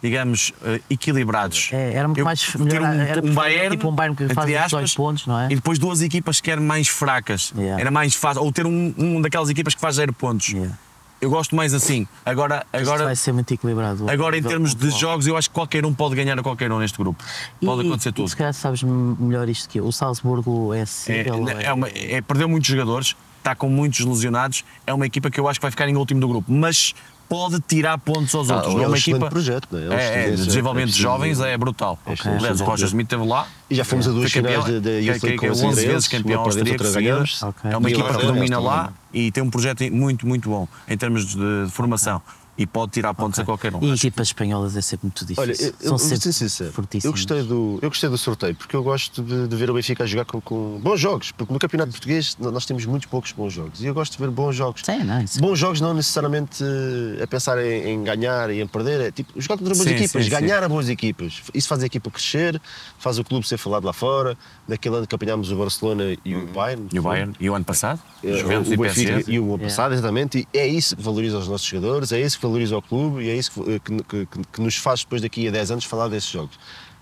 Speaker 1: digamos, eh, equilibrados.
Speaker 2: É, era muito
Speaker 1: Eu
Speaker 2: mais-
Speaker 1: ter
Speaker 2: melhor- era
Speaker 1: um, um Bayern,
Speaker 2: tipo um Bayern que
Speaker 1: entre
Speaker 2: faz 18
Speaker 1: aspas,
Speaker 2: pontos, não é?
Speaker 1: E depois duas equipas que eram mais fracas.
Speaker 2: Yeah.
Speaker 1: Era mais fácil. Ou ter um, um daquelas equipas que faz zero pontos.
Speaker 2: Yeah.
Speaker 1: Eu gosto mais assim. Agora,
Speaker 2: Isto
Speaker 1: agora
Speaker 2: vai ser muito equilibrado.
Speaker 1: Agora, em
Speaker 2: Nível
Speaker 1: termos de
Speaker 2: pontual.
Speaker 1: jogos, eu acho que qualquer um pode ganhar a qualquer um neste grupo. Pode
Speaker 2: E-
Speaker 1: acontecer
Speaker 2: e,
Speaker 1: tudo.
Speaker 2: Se calhar sabes melhor isto que eu. O Salzburgo é assim.
Speaker 1: É,
Speaker 2: ele
Speaker 1: é uma- é- perdeu muitos jogadores, está com muitos lesionados. É uma equipa que eu acho que vai ficar em último do grupo, mas pode tirar pontos aos outros.
Speaker 4: é
Speaker 1: Não é
Speaker 4: um
Speaker 1: uma
Speaker 4: excelente
Speaker 1: equipa.
Speaker 4: projeto, não é? É um
Speaker 1: é, é,
Speaker 4: excelente-
Speaker 1: desenvolvimento de
Speaker 4: é
Speaker 1: jovens é brutal.
Speaker 4: Ok.
Speaker 1: Aliás, o Roger Smith esteve lá.
Speaker 4: E já fomos a duas
Speaker 1: Foi
Speaker 4: finais
Speaker 1: campeão-
Speaker 4: da- da Youth
Speaker 1: que-
Speaker 4: League
Speaker 1: que- que é
Speaker 4: com os
Speaker 1: 11 vezes
Speaker 4: israelenses,
Speaker 1: campeão
Speaker 4: uma perdemos,
Speaker 1: austríaco
Speaker 4: outra
Speaker 1: seguidas.
Speaker 4: ganhamos.
Speaker 2: Ok.
Speaker 1: É uma
Speaker 4: E né?
Speaker 1: equipa
Speaker 4: lá
Speaker 1: que
Speaker 4: ganhamos
Speaker 1: domina
Speaker 3: também.
Speaker 1: lá e tem um projeto muito, muito bom em termos de de formação. E pode tirar pontos a qualquer um.
Speaker 2: E equipas espanholas é sempre muito difícil.
Speaker 4: Olha, eu, eu
Speaker 2: São
Speaker 4: vou
Speaker 2: sempre
Speaker 4: ser sincero,
Speaker 2: fortíssimas.
Speaker 4: eu gostei, do, eu gostei do sorteio, porque eu gosto de, de ver o Benfica a jogar com, com bons jogos, porque no Campeonato Português no- nós temos muito poucos bons jogos, e eu gosto de ver bons jogos.
Speaker 2: Sim, não, isso- é-
Speaker 4: Bons jogos não necessariamente eh, a pensar em, em ganhar e em perder, é tipo, jogar contra boas
Speaker 1: Sim,
Speaker 4: equipas,
Speaker 1: sim,
Speaker 4: ganhar a boas equipas. Isso faz a equipa crescer, faz o clube ser falado lá fora, daquele ano que apanhámos o Barcelona e o Bayern.
Speaker 1: E o Bayern? E o ano passado?
Speaker 4: Eh,
Speaker 1: Juventus
Speaker 4: o
Speaker 1: e
Speaker 4: Benfica
Speaker 1: PSG?
Speaker 4: e o ano passado, exatamente. E é isso que valoriza os nossos jogadores, é isso que valoriza o clube e é isso que, que- que- que nos faz depois daqui a 10 anos falar desses jogos.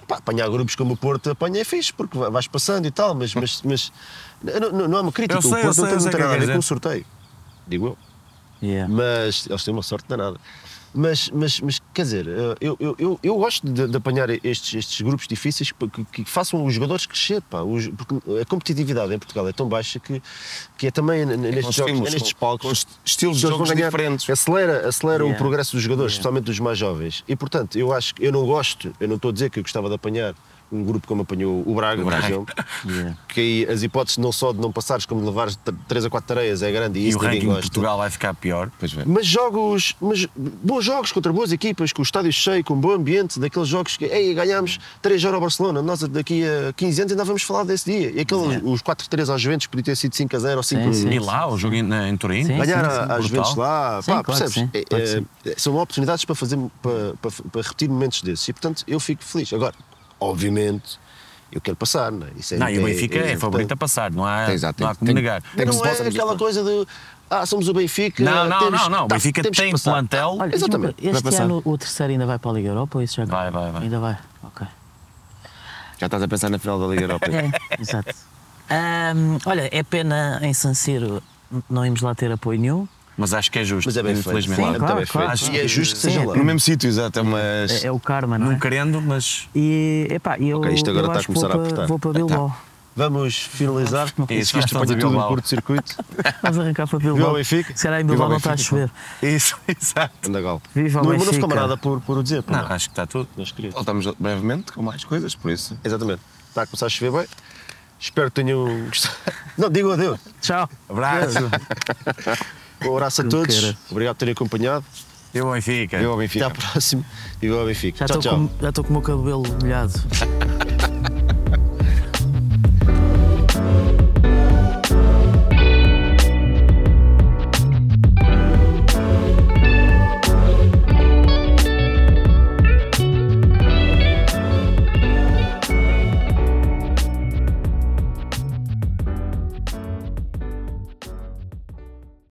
Speaker 4: Pá, apanhar grupos como o Porto apanha é fixe, porque vai- vais passando e tal, mas, mas, mas não, não- não é uma crítica.
Speaker 1: Eu sei,
Speaker 4: o
Speaker 1: eu
Speaker 4: Porto
Speaker 1: sei,
Speaker 4: não tem,
Speaker 1: eu sei
Speaker 4: não
Speaker 1: o que
Speaker 4: tem nada a ver
Speaker 1: quer
Speaker 4: com o
Speaker 1: dizer.
Speaker 4: sorteio, digo eu.
Speaker 2: Yeah.
Speaker 4: Mas eles têm uma sorte danada. Mas, mas, mas quer dizer, eh, eu, eu, eu, eu gosto de, de apanhar estes, estes grupos difíceis que, que- que façam os jogadores crescer, pá. Os- porque a competitividade em Portugal é tão baixa que, que é também n- nestes, jogos, é
Speaker 3: Conseguimos,
Speaker 4: nestes
Speaker 3: com- com
Speaker 4: palcos.
Speaker 3: est- estilos
Speaker 4: que
Speaker 3: de
Speaker 4: eles vão
Speaker 3: jogos
Speaker 4: ganhar.
Speaker 3: diferentes.
Speaker 4: Acelera, acelera
Speaker 2: Yeah.
Speaker 4: o progresso dos jogadores,
Speaker 2: Yeah.
Speaker 4: especialmente dos mais jovens. E portanto, eu acho que eu não gosto, eu não estou a dizer que eu gostava de apanhar um grupo como apanhou o Braga, por exemplo,
Speaker 2: Yeah.
Speaker 4: que aí as hipóteses não só de não passares, como de levares 3 a 4 tareias é grande e
Speaker 1: E o
Speaker 4: isso ninguém
Speaker 1: ranking de
Speaker 4: gosta.
Speaker 1: Portugal vai ficar pior.
Speaker 3: Pois bem.
Speaker 4: Mas jogos, mas bons jogos contra boas equipas, com o estádio cheio, com um bom ambiente, daqueles jogos que, ei, ganhámos 3-0 ao Barcelona, nós daqui a 15 anos ainda vamos falar desse dia. E aquele, os 4-3 aos Juventus podia ter sido 5-0 ou 5-1.
Speaker 2: Sim, sim.
Speaker 1: E lá, o jogo em, na- em Turim.
Speaker 2: Sim.
Speaker 4: Ganhar
Speaker 2: sim,
Speaker 4: às
Speaker 1: brutal.
Speaker 4: Juventus lá,
Speaker 2: Sim,
Speaker 4: pá,
Speaker 2: claro que
Speaker 4: percebes?
Speaker 2: sim,
Speaker 4: É,
Speaker 2: claro que
Speaker 4: é, São oportunidades para, fazer, para, para- para repetir momentos desses e, portanto, eu fico feliz. Agora, obviamente, eu quero passar, não é? Isso é
Speaker 1: Não, e o
Speaker 4: é-
Speaker 1: Benfica é,
Speaker 4: importante.
Speaker 1: favorito a passar, não há,
Speaker 3: Exato,
Speaker 1: não há
Speaker 3: tem-
Speaker 1: como
Speaker 3: tem-
Speaker 1: negar.
Speaker 3: tem que
Speaker 4: não
Speaker 3: se
Speaker 4: é
Speaker 3: possa dizer.
Speaker 4: aquela coisa de, ah, somos o Benfica.
Speaker 1: Não, não,
Speaker 4: temos-
Speaker 1: não, não, o
Speaker 4: tá,
Speaker 1: Benfica
Speaker 4: temos que
Speaker 1: tem
Speaker 4: passar.
Speaker 1: plantel.
Speaker 2: Olha,
Speaker 4: Exatamente.
Speaker 2: desculpa,
Speaker 3: Vai
Speaker 2: Este
Speaker 3: passar.
Speaker 2: ano o terceiro ainda vai para a Liga Europa ou isso já
Speaker 1: Vai, vai, vai.
Speaker 2: Ainda vai. Ok.
Speaker 3: Já estás a pensar na final da Liga Europa.
Speaker 2: É, exato. Ahm, olha, é pena em San Siro não irmos lá ter apoio nenhum.
Speaker 1: Mas acho que é justo.
Speaker 4: Mas é bem feito.
Speaker 1: infelizmente.
Speaker 4: Sim,
Speaker 1: Claro.
Speaker 4: claro, claro.
Speaker 1: Acho
Speaker 4: E é justo que
Speaker 2: Sim,
Speaker 4: seja
Speaker 2: é
Speaker 4: lá.
Speaker 3: No mesmo sítio, exato, mas.
Speaker 2: É, é o karma, não
Speaker 1: Não
Speaker 2: é?
Speaker 1: querendo, mas.
Speaker 2: E, epá, eu,
Speaker 4: Ok, isto
Speaker 2: eu
Speaker 4: agora está a
Speaker 2: acho que
Speaker 4: começar a
Speaker 2: vou para,
Speaker 4: apertar.
Speaker 2: vou para Bilbao.
Speaker 4: Vamos finalizar.
Speaker 1: Isso,
Speaker 4: Conseguiste
Speaker 1: já estamos a
Speaker 4: apanhar tudo
Speaker 1: Bilbao.
Speaker 4: no curto-circuito.
Speaker 2: Vamos arrancar para Bilbao.
Speaker 4: Viva o Benfica. então.
Speaker 2: Se calhar em Bilbao
Speaker 3: Viva o
Speaker 2: não está a
Speaker 3: Benfica.
Speaker 2: chover.
Speaker 1: Isso, exato.
Speaker 4: Anda, Gal.
Speaker 2: Viva o
Speaker 4: não, mas não
Speaker 2: Benfica.
Speaker 4: ficou mais nada por, por o dizer, pá.
Speaker 1: Não, acho que está tudo.
Speaker 4: Meus queridos.
Speaker 3: Voltamos brevemente com mais coisas, por isso.
Speaker 4: Exatamente. Está a começar a chover bem. Espero que tenham gostado. Não, digam adeus.
Speaker 2: Tchau.
Speaker 1: Abraço.
Speaker 4: Um abraço a
Speaker 2: Que
Speaker 4: todos.
Speaker 2: cara.
Speaker 4: Obrigado por terem acompanhado.
Speaker 1: Eu, Benfica.
Speaker 3: Eu ao
Speaker 4: Até
Speaker 3: Benfica.
Speaker 4: à próxima. Viva o Benfica.
Speaker 2: Já
Speaker 4: tchau,
Speaker 2: estou
Speaker 4: tchau.
Speaker 2: com, já estou com o meu cabelo molhado.